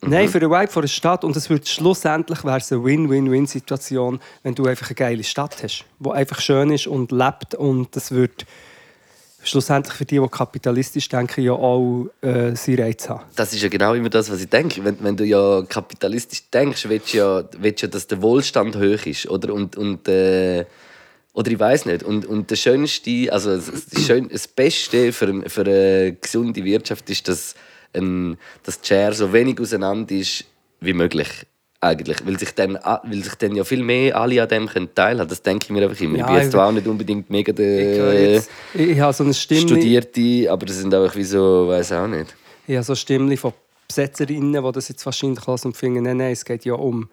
C: Nein, für einen Vibe von der Stadt. Und es wird schlussendlich wäre es eine Win-Win-Win-Situation, wenn du einfach eine geile Stadt hast, die einfach schön ist und lebt. Und das wird schlussendlich für die, die kapitalistisch denken, ja auch äh, seinen Reiz haben.
B: Das ist ja genau immer das, was ich denke. Wenn, wenn du ja kapitalistisch denkst, willst du ja, willst du ja dass der Wohlstand hoch ist. Oder, und, und, äh, oder ich weiß nicht. Und, und das Schönste, also das, das, Schön, das Beste für, für eine gesunde Wirtschaft ist, dass, ein, dass die Share so wenig auseinander ist wie möglich. Eigentlich, weil sich, dann, a- weil sich dann ja viel mehr alle an dem können teilhaben können. Das denke ich mir einfach immer.
C: Ja,
B: ich bin jetzt
C: ich-
B: auch nicht unbedingt mega
C: Ich höre
B: der
C: jetzt, ich, ich habe so eine Stimme, ich
B: Studierte, aber das sind einfach wie so, weiß auch nicht.
C: habe so eine Stimme von Besetzerinnen, die das jetzt wahrscheinlich lassen und finden, nein, nein, es geht ja um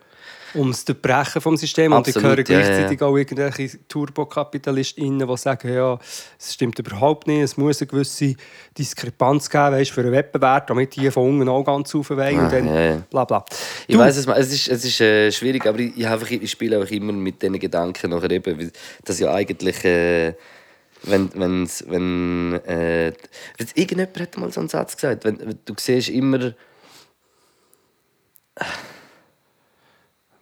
C: ums Durchbrechen vom System und ich
B: Absolut,
C: höre
B: ja, ja.
C: gleichzeitig auch irgendwelche Turbokapitalistinnen, die sagen, ja, es stimmt überhaupt nicht, es muss eine gewisse Diskrepanz geben, weißt, für einen Wettbewerb, damit die von unten auch ganz rauf wollen
B: Ah,
C: und dann
B: ja, ja.
C: bla bla.
B: Ich weiß es mal, es ist, es ist äh, schwierig, aber ich, ich, hab einfach, ich spiele einfach immer mit diesen Gedanken nachher eben, weil- dass ja eigentlich, äh, wenn, wenn's, wenn, äh, weil's- irgendjemand hat mal so einen Satz gesagt, wenn, wenn du siehst immer,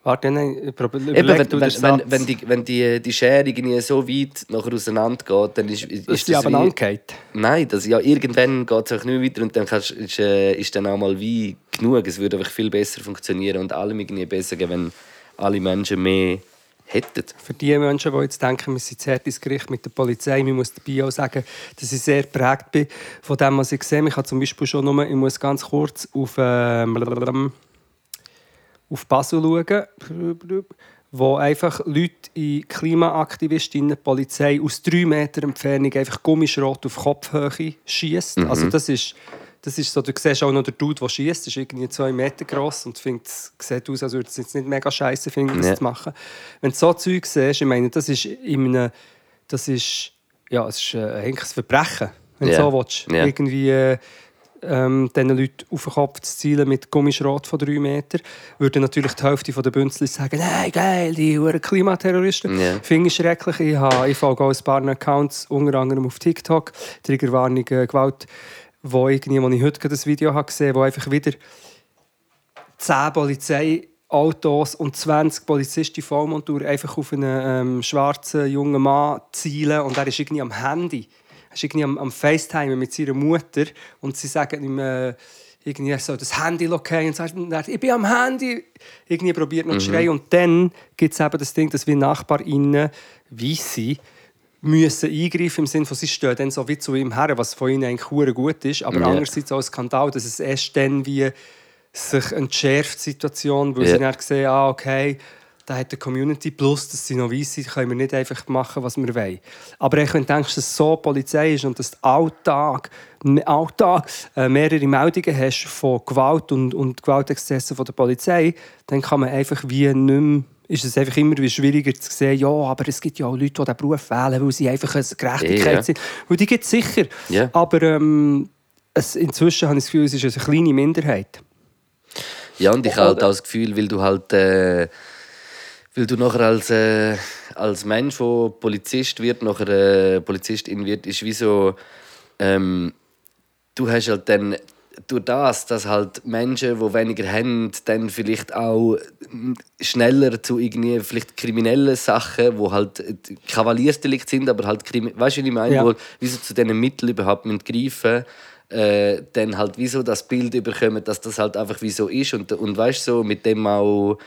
C: Warte, nein, ich prob-
B: eben,
C: überleg
B: wenn, wenn,
C: du den Satz,
B: wenn, wenn, die, wenn die, die Schere irgendwie so weit nachher auseinander geht, dann ist, ist,
C: dass
B: ist
C: die
B: das wie,
C: geht.
B: Nein, das, ja, irgendwann geht es auch nicht weiter und dann kannst, ist, äh, ist dann auch mal wie genug. Es würde einfach viel besser funktionieren und allem irgendwie besser gehen, wenn alle Menschen mehr hätten.
C: Für die Menschen, die jetzt denken, wir sind zu hart ins Gericht mit der Polizei, man muss dabei auch sagen, dass ich sehr geprägt bin von dem, was ich sehe. Ich habe zum Beispiel schon nur, ich muss ganz kurz auf, ähm, auf Basel schauen, wo einfach Leute in Klimaaktivistinnen, Polizei aus drei Meter Entfernung einfach Gummischrot auf Kopfhöhe schießt.
B: Mhm.
C: Also das ist, das ist so, du siehst auch noch den Dude, der schießt, ist irgendwie zwei Meter groß und findet, sieht aus, als würde es jetzt nicht mega scheiße finden, das
B: Ja.
C: zu machen. Wenn du so Zeug siehst, ich meine, das ist in einem, das ist, ja, es ist äh, eigentlich ein Verbrechen, wenn
B: Ja.
C: du so willst.
B: Ja.
C: Irgendwie äh, ähm, diesen Leuten auf den Kopf zu zielen mit Gummischrot von drei Metern, würde natürlich die Hälfte der Bünzli sagen, nein, geil, die huren Klimaterroristen.
B: Ja.
C: Finde ich schrecklich. Ich, habe, ich folge auch ein paar Accounts, unter anderem auf TikTok, Triggerwarnung äh, Gewalt, wo irgendwie, wo ich heute gerade das Video habe gesehen wo einfach wieder 10 Polizeiautos und 20 Polizisten Vollmontur einfach auf einen ähm, schwarzen jungen Mann zielen und er ist irgendwie am Handy. Er ist irgendwie am, am FaceTime mit seiner Mutter und sie sagen ihm, äh, irgendwie er soll das Handy locken und sagt, und er, ich bin am Handy. Irgendwie probiert noch zu schreien und dann gibt es eben das Ding, dass wir NachbarInnen, wie sie, müssen eingreifen im Sinne von, sie stehen dann so wie zu ihm her, was von ihnen eigentlich hure gut ist, aber
B: Ja.
C: andererseits auch ein Skandal, dass es erst dann wie sich entschärft die Situation, weil
B: Ja.
C: sie dann sehen, ah, okay, da hat die Community plus, dass sie noch weiss sind, können wir nicht einfach machen, was wir wollen. Aber ich, wenn du denkst, dass so die Polizei ist und dass du Alltag, Alltag äh, mehrere Meldungen hast von Gewalt und, und Gewaltexzessen von der Polizei, dann kann man einfach wie nicht mehr, ist es einfach immer wie schwieriger zu sehen, ja, aber es gibt ja auch Leute, die diesen Beruf wählen, weil sie einfach eine Gerechtigkeit
B: Ja.
C: sind. Und die gibt es sicher.
B: Ja.
C: Aber ähm, es, inzwischen habe ich das Gefühl, es ist eine kleine Minderheit.
B: Ja, und ich habe halt auch das Gefühl, weil du halt. Äh, weil du nachher als, äh, als Mensch, der Polizist wird, nachher äh, Polizistin wird, ist wie so. Ähm, du hast halt dann. Durch das, dass halt Menschen, die weniger haben, dann vielleicht auch mm, schneller zu irgendwie vielleicht kriminellen Sachen, wo halt äh, Kavaliersdelikt sind, aber halt Krimi weißt du, was ich meine,
C: Ja.
B: wo, wieso zu diesen Mitteln überhaupt müssen greifen äh, dann halt wieso das Bild überkommen, dass das halt einfach wie so ist und, und weißt so mit dem auch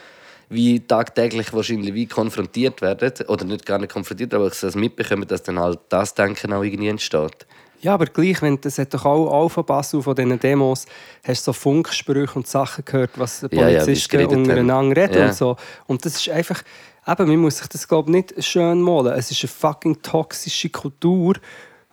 B: wie tagtäglich wahrscheinlich wie konfrontiert werden oder nicht gar nicht konfrontiert, aber ich das mitbekommen, dass dann halt das Denken auch irgendwie entsteht.
C: Ja, aber gleich, wenn das hat doch auch Alpha Basel von diesen Demos, hast du so Funksprüche und Sachen gehört, was die
B: Ja, ja, wie sie
C: Polizisten
B: geredet haben.
C: untereinander reden
B: Ja.
C: und so. Und das ist einfach, Eben, man muss sich das, glaube ich, nicht schön malen. Es ist eine fucking toxische Kultur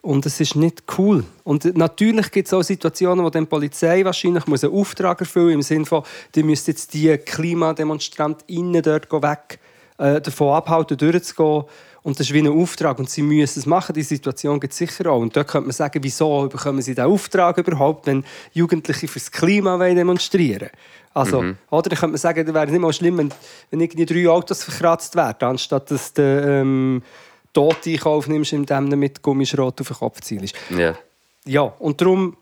C: und es ist nicht cool. Und natürlich gibt es auch Situationen, wo dann die Polizei wahrscheinlich muss einen Auftrag erfüllen muss, im Sinne von, die müssen jetzt die KlimademonstrantInnen dort weg, äh, davon abhalten, durchzugehen. Und das ist wie ein Auftrag und sie müssen es machen. Die Situation gibt es sicher auch. Und dort könnte man sagen, wieso bekommen sie diesen Auftrag überhaupt, wenn Jugendliche fürs Klima wollen demonstrieren Also, oder? Dann könnte man sagen, das wäre nicht mal schlimm, wenn, wenn irgendwie drei Autos verkratzt werden, anstatt dass du ähm, Tote in Kauf nimmst, indem du mit Gummischrot auf den Kopf zielst.
B: Ja.
C: Ja, und darum.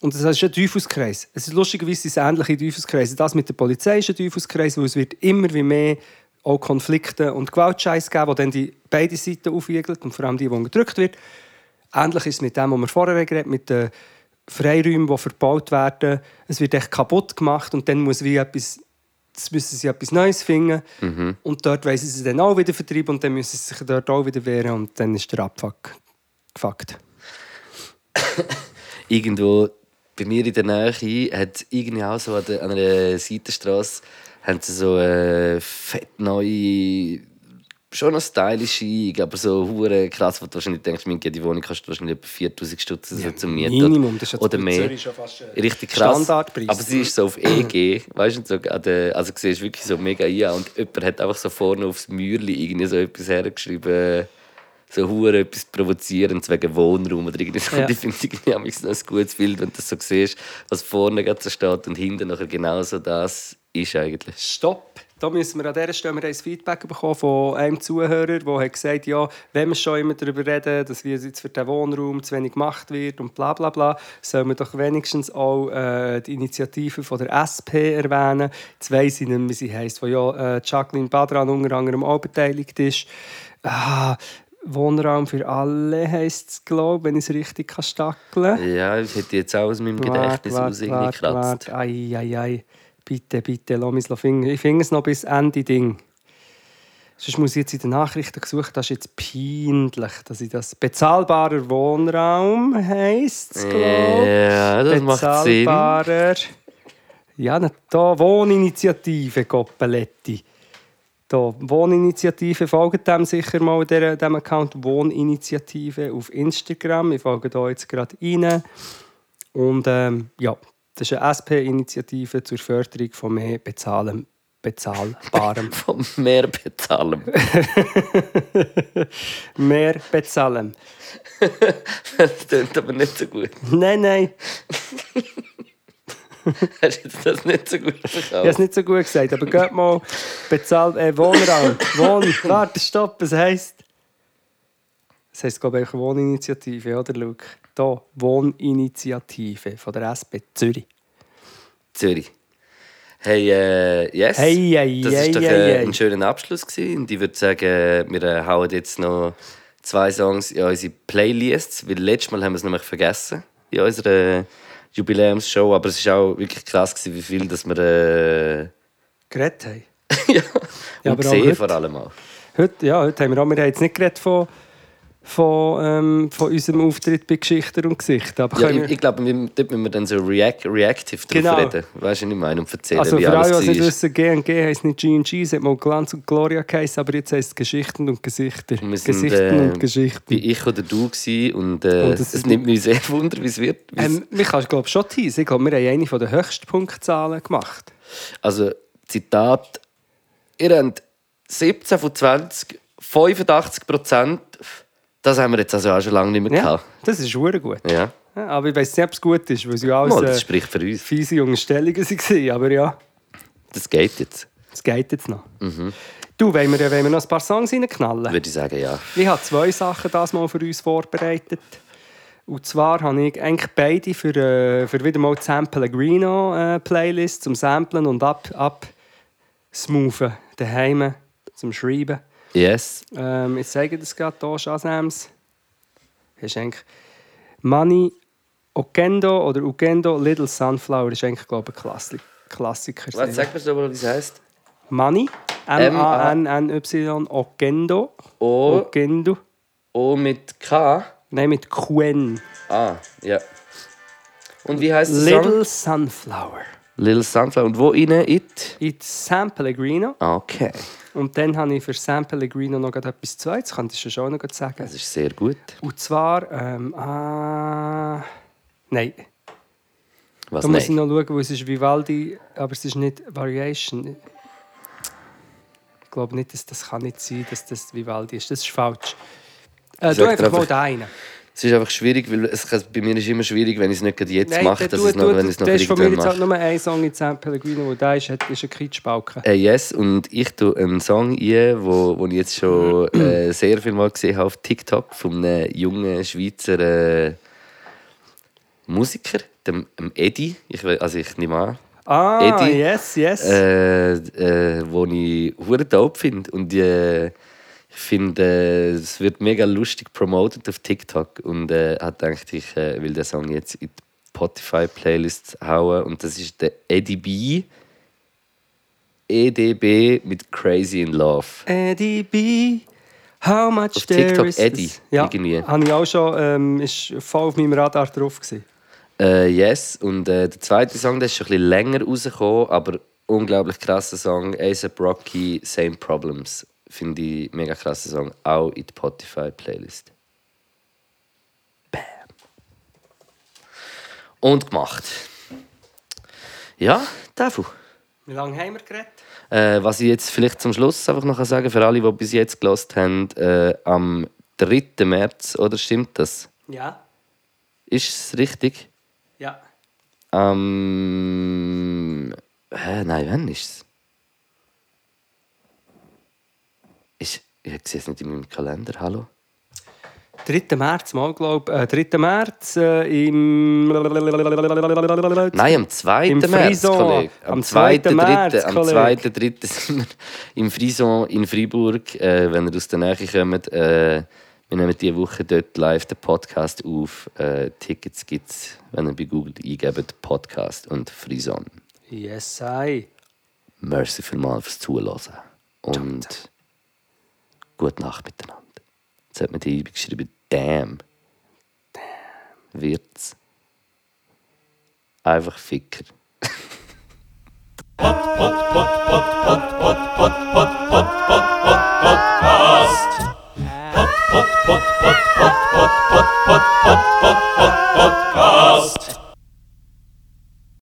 C: Und das ist ein Teufelskreis. Es ist lustigerweise sind es ähnliche Teufelskreise. Das mit der Polizei ist ein Teufelskreis, weil es wird immer wie mehr auch Konflikte und Gewaltscheiß geben, wo dann die beide Seiten aufwiegelt und vor allem die, die unterdrückt wird. Ähnlich ist es mit dem, was wir vorher geredet haben, mit den Freiräumen, die verbaut werden. Es wird echt kaputt gemacht und dann muss wie etwas jetzt müssen sie etwas Neues finden und dort weisen sie dann auch wieder vertreiben und dann müssen sie sich dort auch wieder wehren und dann ist der Abfuck gefuckt.
B: irgendwo bei mir in der Nähe hat irgendwie auch so an, der, an einer Seitenstrasse haben sie so eine fett neue, schon noch stylische, Eingang, aber so hure krass, wo du wahrscheinlich denkst, mein Gott, die Wohnung kostet wahrscheinlich etwa 4000 Stutz so zum Mieten.
C: Minimum, das ist ja
B: oder
C: zu-
B: mehr.
C: Zürich schon fast, äh,
B: Richtig krass.
C: Standardpreis.
B: Aber sie ist so auf EG, weißt du, so an der, also du siehst wirklich so mega ein und jemand hat einfach so vorne aufs Mäuerli irgendwie so etwas hergeschrieben, so hure etwas provozierendes wegen Wohnraum oder irgendwie so.
C: Ja.
B: Und ich finde es irgendwie am liebsten noch ein gutes Bild, wenn du das so siehst, was vorne gerade so steht und hinten nachher genauso das ist eigentlich.
C: Stopp! Da müssen wir an dieser Stelle wir haben ein Feedback bekommen von einem Zuhörer, der hat gesagt ja, wenn wir schon immer darüber reden, dass wir jetzt für den Wohnraum zu wenig gemacht wird und bla bla bla, sollen wir doch wenigstens auch äh, die Initiative von der SP erwähnen. Zwei sind nicht, wie sie heisst, wo ja äh, Jacqueline Badran unter anderem auch beteiligt ist. Ah, Wohnraum für alle heisst es, glaube ich, wenn ich es richtig kann stackeln
B: Ja, ich hätte jetzt auch aus meinem
C: Wart,
B: Gedächtnis
C: wart,
B: aus irgendwie
C: wart,
B: gekratzt.
C: wart. Ei, ei, ei. Bitte, bitte, lass mich es finger. Ich finde es noch bis Ende Ding. Sonst muss ich jetzt in den Nachrichten gesucht, das ist jetzt peinlich, dass ich das... Bezahlbarer Wohnraum heisst es, glaube
B: Ja,
C: ich.
B: das macht Sinn.
C: Bezahlbarer... Ja, na, da Wohninitiative, Goppeletti. Da, Wohninitiative, folgt dem sicher mal, der- dem Account Wohninitiative auf Instagram. Ich folge da jetzt gerade rein. Und ähm, ja, das ist eine SP-Initiative zur Förderung von mehr Bezahlen, bezahlbarem.
B: Vom Mehr bezahlen.
C: mehr bezahlen.
B: Das klingt aber nicht so gut.
C: Nein, nein,
B: Hast du jetzt das nicht so gut
C: ich habe es
B: verkauft?
C: nicht so gut gesagt, aber geht mal bezahl äh, Wohnraum. Wohn, warte, stopp, es heisst. Es heisst, glaube ich, Wohninitiative, oder, Luke? Da, Wohninitiative von der SP Zürich.
B: Zürich. Hey, äh, yes.
C: Hey, hey,
B: das
C: hey,
B: ist doch
C: hey,
B: äh,
C: hey.
B: ein schöner Abschluss gewesen. Und ich würde sagen, wir äh, hauen jetzt noch zwei Songs in unsere Playlists, weil letztes Mal haben wir es nämlich vergessen in unserer Jubiläumsshow. Aber es ist auch wirklich krass gewesen, wie viel, dass wir äh,
C: Geredet haben.
B: ja, und
C: Ja, aber auch
B: gesehen
C: heute.
B: vor allem auch.
C: Heute, ja, heute haben wir, auch, wir haben jetzt nicht geredet von, von, ähm, von unserem Auftritt bei Geschichten und Gesicht. Aber
B: Ja,
C: können
B: ich,
C: wir-
B: ich glaube, wir- dort müssen wir dann so react, reactive
C: Genau.
B: drauf reden. Weißt du, was ich meine? Und erzählen,
C: also
B: wie
C: für alle,
B: alles
C: die es nicht
B: war.
C: wissen, G&G heisst nicht G&G, es hat mal Glanz und Gloria geheißen, aber jetzt heisst es Geschichten und Gesichter.
B: Wir sind,
C: Gesichten
B: äh,
C: und Geschichten.
B: Wie ich oder du gsi und äh,
C: Und das
B: es
C: ist-
B: nimmt mich sehr wunder, wie es wird. wie's-
C: Ähm, ich kann glaube schon teasen. Ich glaube, wir haben eine von der höchsten Punktzahlen gemacht.
B: Also, Zitat: Ihr habt 17 von 20, 85 Prozent. Das haben wir jetzt also auch schon lange nicht mehr
C: Ja,
B: gehabt.
C: das ist sehr gut.
B: Ja.
C: Ja, aber ich weiß nicht, ob es gut ist, weil es ja alles
B: Mal, das
C: äh,
B: spricht für uns.
C: fiese Unterstellungen waren. Aber ja,
B: Das geht jetzt.
C: es geht jetzt noch.
B: Mhm.
C: Du, wollen wir, wollen wir noch ein paar Songs reinknallen?
B: Würde ich sagen, ja.
C: Ich habe zwei Sachen das mal für uns vorbereitet. Und zwar habe ich eigentlich beide für, äh, für wieder mal die San Pellegrino äh, Playlist zum Samplen und ab, ab smoothen, daheim, zum Schreiben.
B: Yes.
C: Ähm, jetzt zeige ich das gerade hier, Shazams. Das ist eigentlich Money Okendo oder Ukendo Little Sunflower ist eigentlich, glaube ich, ein Klassi- Klassiker.
B: Was sagt man so, wie es heisst?
C: Money,
B: M-A-
C: M-A-N-N-Y, Okendo,
B: O,
C: Okendo.
B: o mit K.
C: Nein, mit Quen.
B: Ah, ja. Und wie heißt der Song?
C: Little Sunflower.
B: Little Sunflower. Und wo rein? It?
C: It's San Pellegrino.
B: Okay.
C: Und dann habe ich für Sam Pellegrino noch gerade etwas Zweites, könntest du schon auch noch gerade sagen.
B: Das ist sehr gut.
C: Und zwar, ähm, ah, nein.
B: Was
C: da muss ich
B: nein?
C: noch schauen, weil es ist Vivaldi, aber es ist nicht Variation. Ich glaube nicht, dass das kann nicht sein, dass das Vivaldi ist. Das ist falsch. Äh,
B: Sag
C: du
B: dir
C: einfach mal
B: einfach-
C: den einen.
B: Es ist einfach schwierig, weil es, kann- bei mir ist immer schwierig, wenn ich es nicht gerade jetzt mache,
C: der-
B: dass
C: du-
B: es noch,
C: du-
B: wenn ich es noch
C: der ist von mir
B: irgendwann
C: jetzt halt
B: mache.
C: nur ein Song in San Pellegrino, und der ist, hat- ist ein Kitschbalken.
B: Äh, yes, und ich tue einen Song ein, wo, wo ich jetzt schon äh, sehr viel mal gesehen habe auf TikTok von einem jungen Schweizer äh, Musiker, dem, dem Edi. Ich, we- also ich nehme an,
C: Ah,
B: Eddie.
C: yes, yes.
B: äh, äh, wo ich hure dope finde und äh, ich finde äh, es wird mega lustig promoted auf TikTok und äh, hat gedacht ich äh, will den Song jetzt in die Spotify Playlist hauen und das ist der EDB EDB mit Crazy in Love
C: Eddie B. How much
B: Auf
C: there
B: TikTok
C: is
B: Eddie,
C: this- ja,
B: irgendwie.
C: Habe ich auch schon, ähm, ist voll auf meinem Radar drauf gewesen.
B: Äh, yes, und äh, der zweite Song der ist schon ein bisschen länger rausgekommen, aber unglaublich krasser Song. A$AP Rocky, Same Problems. Finde ich mega krasser Song. Auch in der Spotify-Playlist. Bam. Und gemacht. Ja, Defu.
C: Wie lange haben wir geredet?
B: Äh, was ich jetzt vielleicht zum Schluss einfach noch sagen kann, für alle, die bis jetzt gelost haben, äh, am 3. März, oder stimmt das?
C: Ja,
B: Ist es richtig?
C: ja.
B: Ähm. Hä? Nein, wann ist es? Ist, ich sehe es nicht in meinem Kalender. Hallo?
C: 3. März, mal glaube ich. Äh, 3. März äh, im.
B: Nein, am 2.
C: Im
B: März,
C: Frison.
B: Kollege.
C: Am 2. März,
B: Am
C: Kollege.
B: 2. 3. sind wir im Frison in Freiburg. Äh, wenn ihr aus der Nähe kommt, äh, wir nehmen diese Woche dort live den Podcast auf. Äh, Tickets gibt es, wenn ihr bei Google eingebt, Podcast und Frison.
C: Yes, I.
B: Merci vielmals fürs Zuhören. Und gute Nacht miteinander. Jetzt hat man die Einbe geschrieben, damn. Damn. Wird's. Einfach Ficker.
A: Podcast.